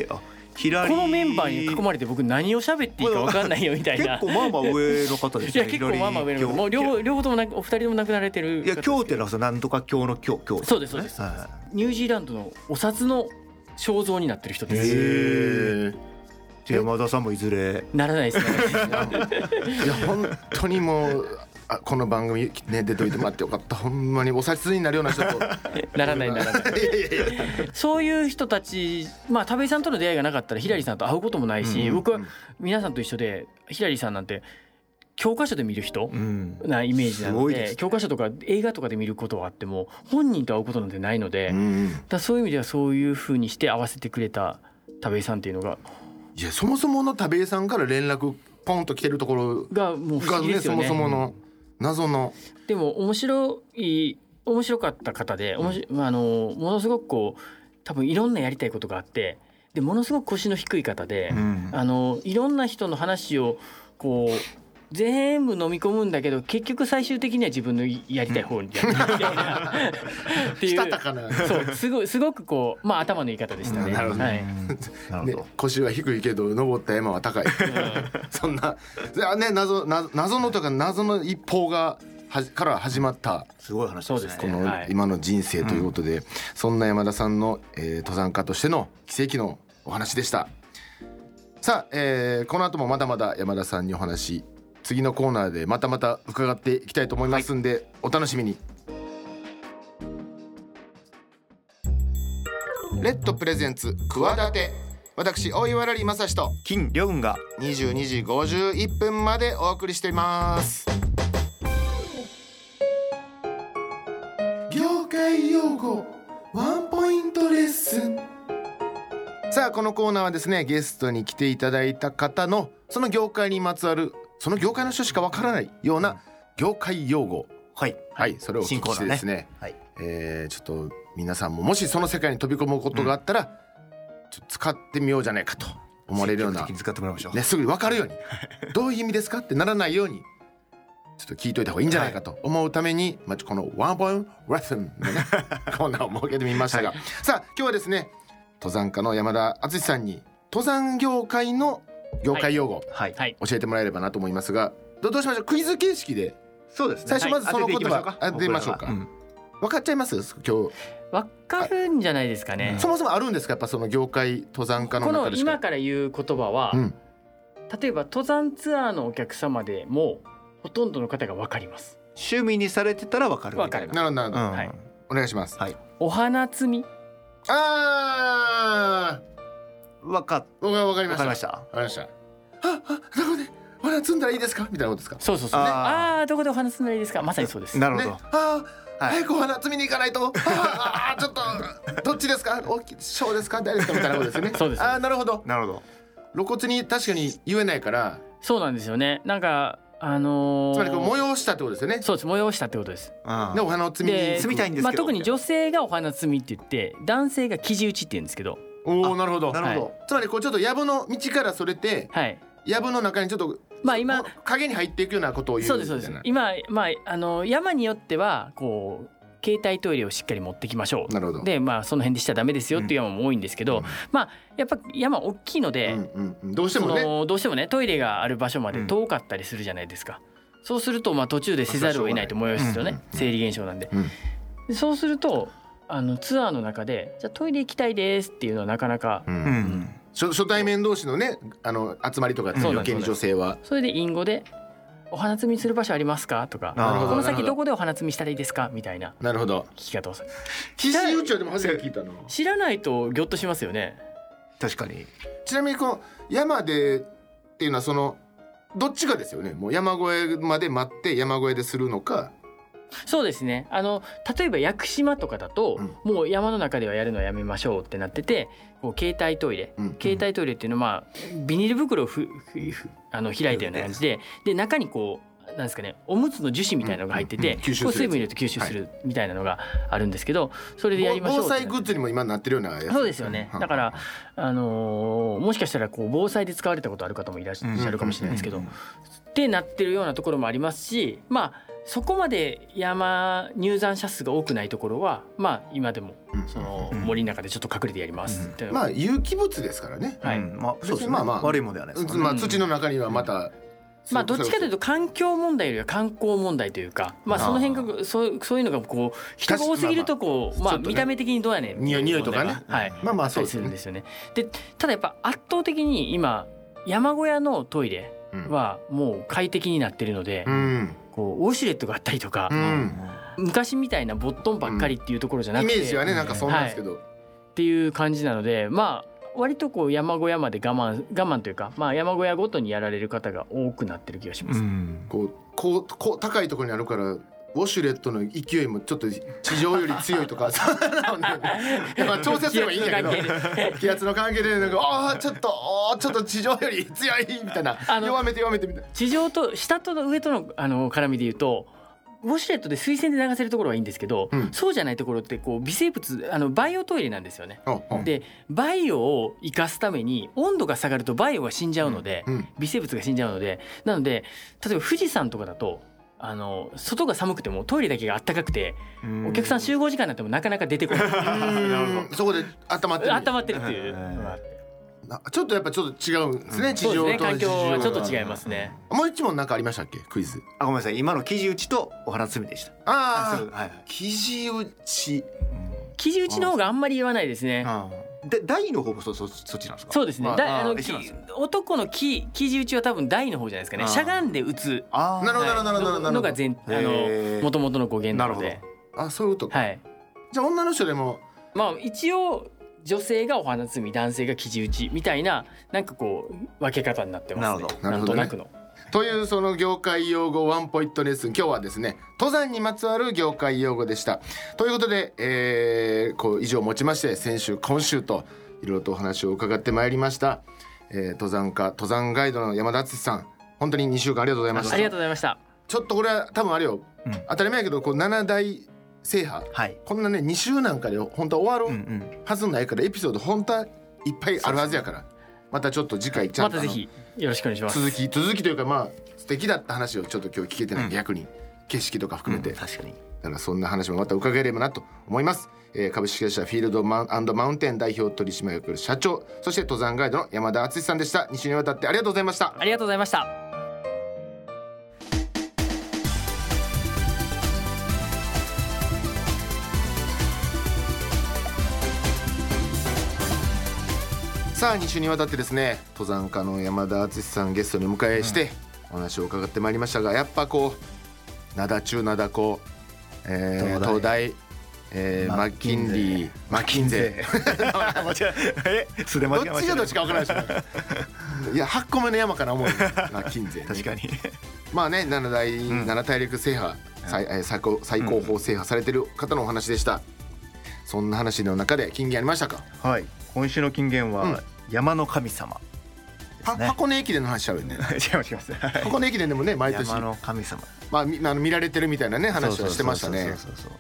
[SPEAKER 2] えーあヒラリ
[SPEAKER 3] このメンバーに囲まれて僕何を喋っていいか分かんないよみたい
[SPEAKER 2] 結
[SPEAKER 3] な
[SPEAKER 2] 構まあまあ上の方で
[SPEAKER 3] い
[SPEAKER 2] す
[SPEAKER 3] や
[SPEAKER 2] ね
[SPEAKER 3] 結構まあまあ上のもう両方両方ともなくお二人とも亡くなられてる
[SPEAKER 2] いや今日ってのはそのなんとか今日の今日今日
[SPEAKER 3] そうですそうです
[SPEAKER 2] は
[SPEAKER 3] ニュージーランドのお札の肖像になってる人で
[SPEAKER 2] へ
[SPEAKER 3] す
[SPEAKER 2] え
[SPEAKER 1] へ
[SPEAKER 2] いで山田さんもいずれ
[SPEAKER 3] ならないですね
[SPEAKER 1] えいや本当にもうあこの番組ね出といてもらってよかったほんまにお札になるような人と
[SPEAKER 3] ならないなら ない
[SPEAKER 1] いやいやいや
[SPEAKER 3] そういう人たち、まあ、田部井さんとの出会いがなかったら、ひらりさんと会うこともないし、
[SPEAKER 1] うん
[SPEAKER 3] 僕は皆さんと一緒で、ひらりさんなんて。教科書で見る人
[SPEAKER 2] うん
[SPEAKER 3] なイメージな
[SPEAKER 2] す
[SPEAKER 3] の
[SPEAKER 2] ごい
[SPEAKER 3] で
[SPEAKER 2] です
[SPEAKER 3] 教科書とか映画とかで見ることはあっても本人と会うことなんてないので、
[SPEAKER 1] う
[SPEAKER 3] だか
[SPEAKER 1] ん
[SPEAKER 3] らそういう意味ではそういうふうにして会わせてくれた田部井さんっていうのが
[SPEAKER 1] いやそもそもの田部井さんから連絡ポンと来てるところ
[SPEAKER 3] がもう不
[SPEAKER 1] が
[SPEAKER 3] 思議
[SPEAKER 1] ね
[SPEAKER 3] です
[SPEAKER 1] そ
[SPEAKER 3] よ
[SPEAKER 1] も
[SPEAKER 3] ね
[SPEAKER 1] そもの謎の
[SPEAKER 3] でも面白い面白かった方で、おもしあのものすごくこう多分いろんなやりたいことがあってでものすごく腰の低い方で、
[SPEAKER 2] うん
[SPEAKER 3] あのいろんな人の話をこう全部飲み込むんだけど結局最終的には自分のやりたい方にやるみたいなって い
[SPEAKER 1] した
[SPEAKER 3] う
[SPEAKER 1] たかな
[SPEAKER 3] そうすごいすごくこうまあ頭のいい方でしたね。
[SPEAKER 1] なるほど
[SPEAKER 3] は
[SPEAKER 2] う
[SPEAKER 3] い
[SPEAKER 2] んなる
[SPEAKER 1] ね
[SPEAKER 2] ほど、
[SPEAKER 1] 腰は低いけど登った山は高い そんなであね謎な謎のとか謎の一報がはじから始まった
[SPEAKER 2] すごい話
[SPEAKER 3] そう
[SPEAKER 2] で
[SPEAKER 3] ですす
[SPEAKER 2] ね
[SPEAKER 1] この
[SPEAKER 3] はい
[SPEAKER 1] 今の人生ということで、そんな山田さんの、えー登山家としての奇跡のお話でしたさあ、えーこの後もまだまだ山田さんにお話次のコーナーでまたまた伺っていきたいと思いますんで、お楽しみにレッドプレゼンツ企て私大岩良利正史と
[SPEAKER 2] 金良雲が
[SPEAKER 1] 22時51分までお送りしています会用語ワンポイントレッスンさあこのコーナーはですねゲストに来ていただいた方のその業界にまつわるその業界の人しかわからないような業界用語、
[SPEAKER 2] はい
[SPEAKER 1] はいそれをお聞きしてですね
[SPEAKER 2] はい
[SPEAKER 1] えーちょっと皆さんももしその世界に飛び込むことがあったら、ちょっと使ってみようじゃないかと思われるような
[SPEAKER 2] 積極的に使ってもらいましょう、
[SPEAKER 1] ね、すぐ分かるようにどういう意味ですかってならないようにちょっと聞いといた方がいいんじゃないかと思うために、まあ、この「ワンポイントレッスン」のねコーナーを設けてみましたが、さあ今日はですね登山家の山田敦さんに登山業界の業界用語、
[SPEAKER 2] はい
[SPEAKER 3] はい。
[SPEAKER 1] 教えてもらえればなと思いますがどどうしましょうクイズ形式で
[SPEAKER 2] そうですね
[SPEAKER 1] 最初まずその言葉、
[SPEAKER 2] はい
[SPEAKER 1] 当ててみましょうか、
[SPEAKER 2] うん
[SPEAKER 1] 分かっちゃいます今日
[SPEAKER 3] わかるんじゃないですかね
[SPEAKER 1] そ。もそもあるんですかやっぱその業界登山家の
[SPEAKER 3] こ
[SPEAKER 1] 中
[SPEAKER 3] の
[SPEAKER 1] でしか
[SPEAKER 3] 今から言う言葉は、
[SPEAKER 1] うん、
[SPEAKER 3] 例えば登山ツアーのお客様でもほとんどの方がわかります。
[SPEAKER 2] 趣味にされてたらわかるみたい
[SPEAKER 3] わ
[SPEAKER 2] な
[SPEAKER 3] か
[SPEAKER 1] なるほどなるほど、
[SPEAKER 2] うん
[SPEAKER 3] はい
[SPEAKER 1] お願いします
[SPEAKER 2] はい
[SPEAKER 3] お花摘み、
[SPEAKER 1] あ
[SPEAKER 2] わか
[SPEAKER 1] ーわかわかりまし
[SPEAKER 2] わか
[SPEAKER 1] た
[SPEAKER 2] りました
[SPEAKER 1] わかりました。あ、あ、なるほどね。ほら、積んだらいいですかみたいなことですか。
[SPEAKER 3] そうそうそう。
[SPEAKER 2] あー
[SPEAKER 3] ああーどこでお花摘んだらいいですか。まさにそうです。。
[SPEAKER 2] なるほ
[SPEAKER 1] ね
[SPEAKER 2] ど、、
[SPEAKER 1] あー、
[SPEAKER 2] はい
[SPEAKER 1] 早くお花摘みに行かないと。あーあー、ちょっと、どっちですか、大きい、小ですか、誰ですかみたいなことですよね
[SPEAKER 3] そうです
[SPEAKER 1] あーなるほど。
[SPEAKER 2] なるほど
[SPEAKER 1] 露骨に確かに言えないから、
[SPEAKER 3] そうなんですよね。なんかあのー
[SPEAKER 1] つまりこう催したってことですよね。
[SPEAKER 3] そうです催したってことです。
[SPEAKER 2] うん
[SPEAKER 1] で、お花を摘みに
[SPEAKER 3] で
[SPEAKER 1] 行く。
[SPEAKER 2] 摘みたいんです
[SPEAKER 3] まあ
[SPEAKER 2] けど
[SPEAKER 3] 特に女性がお花摘みって言って、男性が生地打ちって言うんですけど、
[SPEAKER 1] おお、なるほど。
[SPEAKER 2] なるほど、
[SPEAKER 1] つまりこうちょっと藪の道からそれて
[SPEAKER 3] はい。
[SPEAKER 1] 藪の中にちょっと
[SPEAKER 3] まあ今
[SPEAKER 1] こう影に入っていくようなことを言う
[SPEAKER 3] そうですそうです
[SPEAKER 1] みたい
[SPEAKER 3] 今、まあ、あの山によってはこう携帯トイレをしっかり持ってきましょ
[SPEAKER 1] なるほど
[SPEAKER 3] うでまあその辺でしちゃダメですよっていう山も多いんですけ
[SPEAKER 1] う
[SPEAKER 3] ど、
[SPEAKER 1] ん
[SPEAKER 3] まあやっぱ山大きいので、
[SPEAKER 1] うんうんうん、どうしても
[SPEAKER 3] そ
[SPEAKER 1] ね
[SPEAKER 3] のどうしてもねトイレがある場所まで遠かったりするじゃないですか、そうするとまあ途中でせざるを得ないと思いますよね、
[SPEAKER 1] うんうんうん
[SPEAKER 3] 生理現象なんで、
[SPEAKER 1] うん
[SPEAKER 3] でそうするとあのツアーの中で「じゃあトイレ行きたいです」っていうのはなかなか、
[SPEAKER 1] うん
[SPEAKER 2] うん
[SPEAKER 1] 初初対面同士のねあの集まりとかって
[SPEAKER 3] そうなん
[SPEAKER 1] 余
[SPEAKER 3] です
[SPEAKER 1] 計に女性は
[SPEAKER 3] それで隠語で「お花摘みする場所ありますか?」とか
[SPEAKER 2] あ
[SPEAKER 1] なるほ
[SPEAKER 3] 「こ
[SPEAKER 1] ど
[SPEAKER 3] の
[SPEAKER 1] なるほ
[SPEAKER 3] 先ど
[SPEAKER 1] ど
[SPEAKER 3] こでお花摘みしたらいいですか?」みたいな
[SPEAKER 1] なるほど
[SPEAKER 3] 聞き方をする。
[SPEAKER 1] 肘打ちはでも初めて聞いたの
[SPEAKER 3] 知らないとギョッとしますよね。
[SPEAKER 2] 確かに
[SPEAKER 1] ちなみにこの山でっていうのはそのどっちかですよねもう山越えまで待って山越えでするのか
[SPEAKER 3] そうですね。あの例えば屋久島とかだと、もう山の中ではやるのはやめましょうってなってて、こう携帯トイレ、
[SPEAKER 1] うん
[SPEAKER 3] 携帯トイレっていうのはまあビニール袋をふふふあの開いたような感じで、で中にこうなんですかね、おむつの樹脂みたいなのが入ってて、
[SPEAKER 1] うんうんうん
[SPEAKER 3] こ
[SPEAKER 1] 吸収するやつ
[SPEAKER 3] う水分入れて吸収するみたいなのがあるんですけど、それでやりましょ
[SPEAKER 1] 防
[SPEAKER 3] うってなって。
[SPEAKER 1] 災グッズにも今なってるようなやつ
[SPEAKER 3] そうですよね。だから、あのーもしかしたらこう防災で使われたことある方もいらっしゃるかもしれないですけど、
[SPEAKER 2] うん
[SPEAKER 3] ってなってるようなところもありますし、まあそこまで山入山者数が多くないところは、まあ今でも
[SPEAKER 1] うん
[SPEAKER 3] その
[SPEAKER 2] うん
[SPEAKER 3] 森の中でちょっと隠れてやりますっていうのが
[SPEAKER 1] まあ有機物ですからね
[SPEAKER 3] はい
[SPEAKER 2] うんまあ
[SPEAKER 1] そう
[SPEAKER 2] そう
[SPEAKER 1] で
[SPEAKER 2] ですす
[SPEAKER 1] ね
[SPEAKER 2] ね
[SPEAKER 1] まあまあ
[SPEAKER 2] 悪いものではないですもんね
[SPEAKER 1] まあ土の中にはまた
[SPEAKER 3] まあどっちかという
[SPEAKER 1] と
[SPEAKER 3] と環境問題よりは観光問題というか、まあその辺がそうそういうのがこう人が多すぎるとこう
[SPEAKER 1] ま
[SPEAKER 3] ま
[SPEAKER 1] あ
[SPEAKER 3] あ
[SPEAKER 1] ちょっとね
[SPEAKER 3] 見た目的にどうやねんってう
[SPEAKER 1] 匂い匂いとかね
[SPEAKER 3] 問題がはい。
[SPEAKER 1] まあまあ
[SPEAKER 3] そ
[SPEAKER 1] そうう
[SPEAKER 3] で
[SPEAKER 1] ですす
[SPEAKER 3] るん
[SPEAKER 1] ね
[SPEAKER 3] ですよね。でただやっぱ圧倒的に今山小屋のトイレ
[SPEAKER 1] うん
[SPEAKER 3] はもう快適になってるので、
[SPEAKER 1] うん
[SPEAKER 3] こうウォシュレットがあったりとか
[SPEAKER 1] う、
[SPEAKER 2] うんん
[SPEAKER 3] 昔みたいなボットンばっかりっていうところじゃな
[SPEAKER 1] イ
[SPEAKER 3] く
[SPEAKER 1] メ
[SPEAKER 3] て、
[SPEAKER 1] ージはねなんかそんなんですけど
[SPEAKER 3] っていう感じなのでまあ割とこう山小屋まで我慢我慢というか、まあ、山小屋ごとにやられる方が多くなってる気がします。
[SPEAKER 2] うん
[SPEAKER 1] こうこうこう高いところにあるからウォシュレットの勢いもちょっと地上より強い とかそうなのねいやまあ調節すればいいんだけど
[SPEAKER 3] 気圧の関係で
[SPEAKER 1] 気圧の関係でなんかああちょっとあーちょっと地上より強いみたいな
[SPEAKER 3] あの
[SPEAKER 1] 弱めて弱めてみたいな
[SPEAKER 3] 地上と下と上とのあの絡みで言うとウォシュレットで水洗で流せるところはいいんですけど、
[SPEAKER 1] うん
[SPEAKER 3] そうじゃないところってこう微生物あのバイオトイレなんですよね。
[SPEAKER 1] ああ
[SPEAKER 3] でバイオを生かすために温度が下がるとバイオが死んじゃうので、
[SPEAKER 1] うん
[SPEAKER 3] 微生物が死んじゃうのでなので例えば富士山とかだとあの外が寒くてもトイレだけが暖かくて お客さん集合時間になってもなかなか出てこない
[SPEAKER 1] うんそこで温まってる
[SPEAKER 3] 温まってるっていうのがあって
[SPEAKER 1] なちょっとやっぱちょっと違うんですね、地
[SPEAKER 3] そう
[SPEAKER 1] 上
[SPEAKER 3] で
[SPEAKER 1] と
[SPEAKER 3] すね環
[SPEAKER 1] 地
[SPEAKER 3] 境
[SPEAKER 1] 上
[SPEAKER 3] は
[SPEAKER 1] が
[SPEAKER 3] ちょっと違いますね
[SPEAKER 1] もう一問なんかありましたっけクイズ
[SPEAKER 2] あごめんなさい今の生地打ちとお花摘みでした
[SPEAKER 1] あ
[SPEAKER 2] そう
[SPEAKER 1] あ
[SPEAKER 2] はいはい
[SPEAKER 1] 生地打ち
[SPEAKER 3] 生地打ちの方があんまり言わないですね
[SPEAKER 2] うんで大の方もそそそっちなんですか
[SPEAKER 3] そうですね、
[SPEAKER 1] まあ
[SPEAKER 3] だあ
[SPEAKER 2] あー
[SPEAKER 3] の
[SPEAKER 2] 一緒
[SPEAKER 3] き
[SPEAKER 2] なんです
[SPEAKER 3] 男のき生地打ちは多分大の方じゃないですかね
[SPEAKER 2] あー
[SPEAKER 3] しゃがんで打つ
[SPEAKER 2] あー
[SPEAKER 1] なるほど
[SPEAKER 3] はい
[SPEAKER 1] なるほどなるほど
[SPEAKER 3] ののが全あ
[SPEAKER 2] へ
[SPEAKER 3] の
[SPEAKER 2] ー
[SPEAKER 3] 元々の語源なの
[SPEAKER 2] な
[SPEAKER 3] で
[SPEAKER 2] る
[SPEAKER 1] あそういうことか、
[SPEAKER 3] はい
[SPEAKER 1] じゃあ女の人でも
[SPEAKER 3] まあ一応女性がお花摘み男性が生地打ちみたいななんかこう分け方になってますね
[SPEAKER 2] なる
[SPEAKER 1] ど
[SPEAKER 2] ほ
[SPEAKER 3] なんとなくの
[SPEAKER 1] というその業界用語ワンポイントレッスン今日はですね登山にまつわる業界用語でしたということで、えーこう以上をもちまして先週今週といろいろとお話を伺ってまいりました、えー登山家登山ガイドの山田敦さん本当に2週間ありがとうございました
[SPEAKER 3] ありがとうございました。
[SPEAKER 1] ちょっとこれは多分あれよ、
[SPEAKER 2] うん
[SPEAKER 1] 当たり前やけどこう7大制覇
[SPEAKER 2] はい
[SPEAKER 1] こんなね2週なんかで本当は終わ
[SPEAKER 2] うんう
[SPEAKER 1] る
[SPEAKER 2] ん
[SPEAKER 1] はずないからエピソード本当はいっぱいあるはずやからまたちょっと次回ちゃ
[SPEAKER 3] ま
[SPEAKER 1] んと
[SPEAKER 3] たぜひよろしくお願いし
[SPEAKER 1] あの
[SPEAKER 3] ます。
[SPEAKER 1] 続き続きというかまあ素敵だった話をちょっと今日聞けてない、
[SPEAKER 2] うん
[SPEAKER 1] 逆に景色とか含めて、
[SPEAKER 2] うん確かに
[SPEAKER 1] だからそんな話もまた伺えればなと思います、えー株式会社フィールドマウンマウンテン代表取締役社長そして登山ガイドの山田敦さんでした2週にわたってありがとうございました
[SPEAKER 3] ありがとうございました。
[SPEAKER 1] さあ2週にわたってですね登山家の山田敦さんゲストにお迎えしてお話を伺ってまいりましたがやっぱこう灘中灘高、えー、東
[SPEAKER 2] 東
[SPEAKER 1] 大えー、マ
[SPEAKER 2] マ
[SPEAKER 1] ッ
[SPEAKER 2] ッ
[SPEAKER 1] キ
[SPEAKER 2] キ
[SPEAKER 1] ン
[SPEAKER 2] ン
[SPEAKER 1] リ
[SPEAKER 2] ゼ
[SPEAKER 1] ーマッキンゼー
[SPEAKER 2] 間違ええ素で間
[SPEAKER 1] ど
[SPEAKER 2] 違
[SPEAKER 1] っ
[SPEAKER 2] えま
[SPEAKER 1] ち
[SPEAKER 2] し
[SPEAKER 1] が
[SPEAKER 2] た
[SPEAKER 1] どっちか分からないですいや8個目の山かな思うよマッキンゼーね、
[SPEAKER 2] 確かに
[SPEAKER 1] まあね七大、
[SPEAKER 2] ん
[SPEAKER 1] 七大陸制覇最,、えー最高最高峰制覇されてる方のお話でした、そんな話の中で金魚ありましたか、
[SPEAKER 2] はい今週の金言
[SPEAKER 1] うん
[SPEAKER 2] は山の神 様
[SPEAKER 1] は
[SPEAKER 2] ね
[SPEAKER 1] 箱根駅伝の話しちゃうよね
[SPEAKER 2] 違います違いますはい
[SPEAKER 1] 箱根駅伝でもね毎年
[SPEAKER 2] 山の神様
[SPEAKER 1] まあ、みあの見られてるみたいなね話はしてましたね
[SPEAKER 2] そうそうそうそう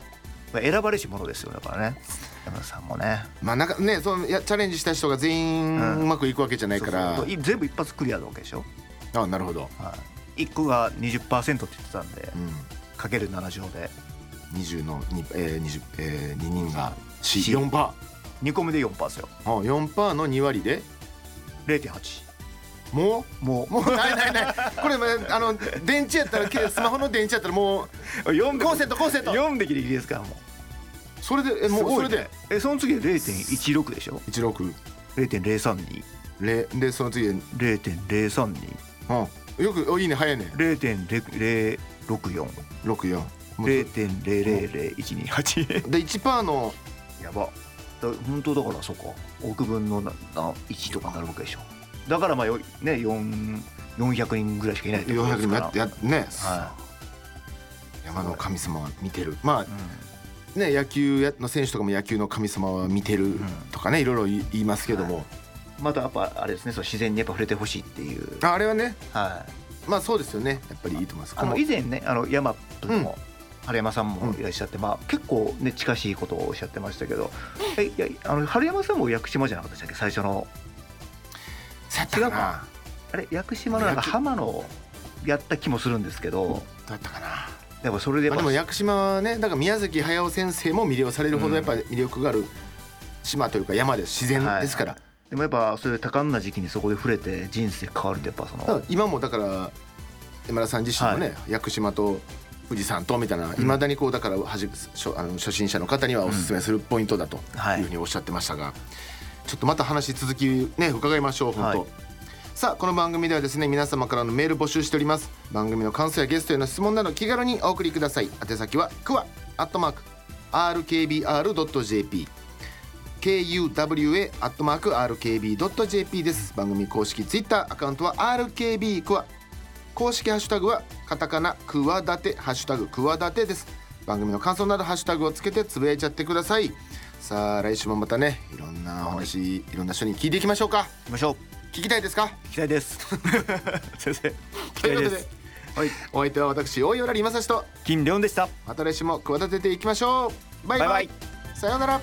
[SPEAKER 2] まあ選ばれし者ですよだからね山田さんもね
[SPEAKER 1] まあなんかねそのやチャレンジした人が全員
[SPEAKER 2] ん
[SPEAKER 1] うまくいくわけじゃないから、
[SPEAKER 2] そうそうい全部一発クリアなわけでしょ、
[SPEAKER 1] あなるほど、
[SPEAKER 2] はい、1個が20%って言ってたんで
[SPEAKER 1] うん、
[SPEAKER 2] かける7乗で
[SPEAKER 1] 20のに、えー 20, えー、2人が
[SPEAKER 2] C
[SPEAKER 1] 4パ
[SPEAKER 2] 2個目で4%ですよ
[SPEAKER 1] ーあ4パーの2割で
[SPEAKER 2] 0.8
[SPEAKER 1] も
[SPEAKER 2] も
[SPEAKER 1] うもうないないないこれまああの電池やったらけスマホの電池やったらもう
[SPEAKER 2] う4
[SPEAKER 1] コンセントコンセント
[SPEAKER 2] 4でギリギリですからも
[SPEAKER 1] それでえ
[SPEAKER 2] う
[SPEAKER 1] もうそれ
[SPEAKER 2] すごいね
[SPEAKER 1] で
[SPEAKER 2] えその次で0.16でしょ
[SPEAKER 1] 160
[SPEAKER 2] 0.032
[SPEAKER 1] でその次うん
[SPEAKER 2] 0.032
[SPEAKER 1] よくおいいね早いね
[SPEAKER 2] 0.064
[SPEAKER 1] 64もう
[SPEAKER 2] 0.000128
[SPEAKER 1] で1パーの
[SPEAKER 2] やばだ本当だからそうか億分のなな1とかになるわけでしょだからまあよね4 400人ぐらいしかいないってことで
[SPEAKER 1] 400人もや
[SPEAKER 2] すから
[SPEAKER 1] っやっね
[SPEAKER 2] は
[SPEAKER 1] 山の神様は見てるまあ
[SPEAKER 2] い、うん
[SPEAKER 1] ね、野球やの選手とかも野球の神様は見てるとかね、いろいろ言いますけども、
[SPEAKER 2] またやっぱあれですねその自然にやっぱ触れてほしいっていう、
[SPEAKER 1] ああれはね
[SPEAKER 2] はい、
[SPEAKER 1] まあそうですよねやっぱりいいと思います
[SPEAKER 2] あ
[SPEAKER 1] こ
[SPEAKER 2] の
[SPEAKER 1] の
[SPEAKER 2] 以前ねあのヤマップも春山さんもいらっしゃって、まあ、結構ね近しいことをおっしゃってましたけど、えいやあの春山さんも屋久島じゃなかったでしたっけ最初の
[SPEAKER 1] そうやったか
[SPEAKER 2] 違
[SPEAKER 1] な
[SPEAKER 2] うかあれ屋久島のなんか
[SPEAKER 1] 屋久
[SPEAKER 2] 浜のやった気もするんですけど、
[SPEAKER 1] どうやったかな、
[SPEAKER 2] でもそれで
[SPEAKER 1] まあ、で
[SPEAKER 2] やっぱ
[SPEAKER 1] も屋久島はねだから宮崎駿先生も魅了されるほどやっぱり魅力がある島というか山で自然ですから、
[SPEAKER 2] でもやっぱそういう多感な時期にそこで触れて人生変わるってやっぱその、
[SPEAKER 1] だから今もだから山田さん自身もね、屋久島と富士山とみたいないまだにこうだからはじ初あの初心者の方にはおすすめするポイントだと
[SPEAKER 2] は
[SPEAKER 1] い
[SPEAKER 2] い
[SPEAKER 1] うふうにおっしゃってましたが、ちょっとまた話続きね伺いましょう本当、
[SPEAKER 2] はい
[SPEAKER 1] さあこの番組ではですね皆様からのメール募集しております番組の感想やゲストへの質問など気軽にお送りください宛先はくわアットマーク RKBR.jp kuwa アットマーク rkb.jp です番組公式ツイッターアカウントは rkb クワ公式ハッシュタグはカタカナクワダテハッシュタグクワダテです番組の感想などハッシュタグをつけてつぶやいちゃってくださいさあ来週もまたねいろんなお話、い、ろんな人に聞いていきましょうか
[SPEAKER 2] 行きましょう
[SPEAKER 1] 聞きたいですか
[SPEAKER 2] 期待です 先生 期
[SPEAKER 1] とい
[SPEAKER 2] 待
[SPEAKER 1] うことで
[SPEAKER 2] で
[SPEAKER 1] す
[SPEAKER 2] はい
[SPEAKER 1] お相手は私大井原正史と
[SPEAKER 2] 金良でした
[SPEAKER 1] また来週も企てていきましょうバイバイ
[SPEAKER 2] バイバ
[SPEAKER 1] さようなら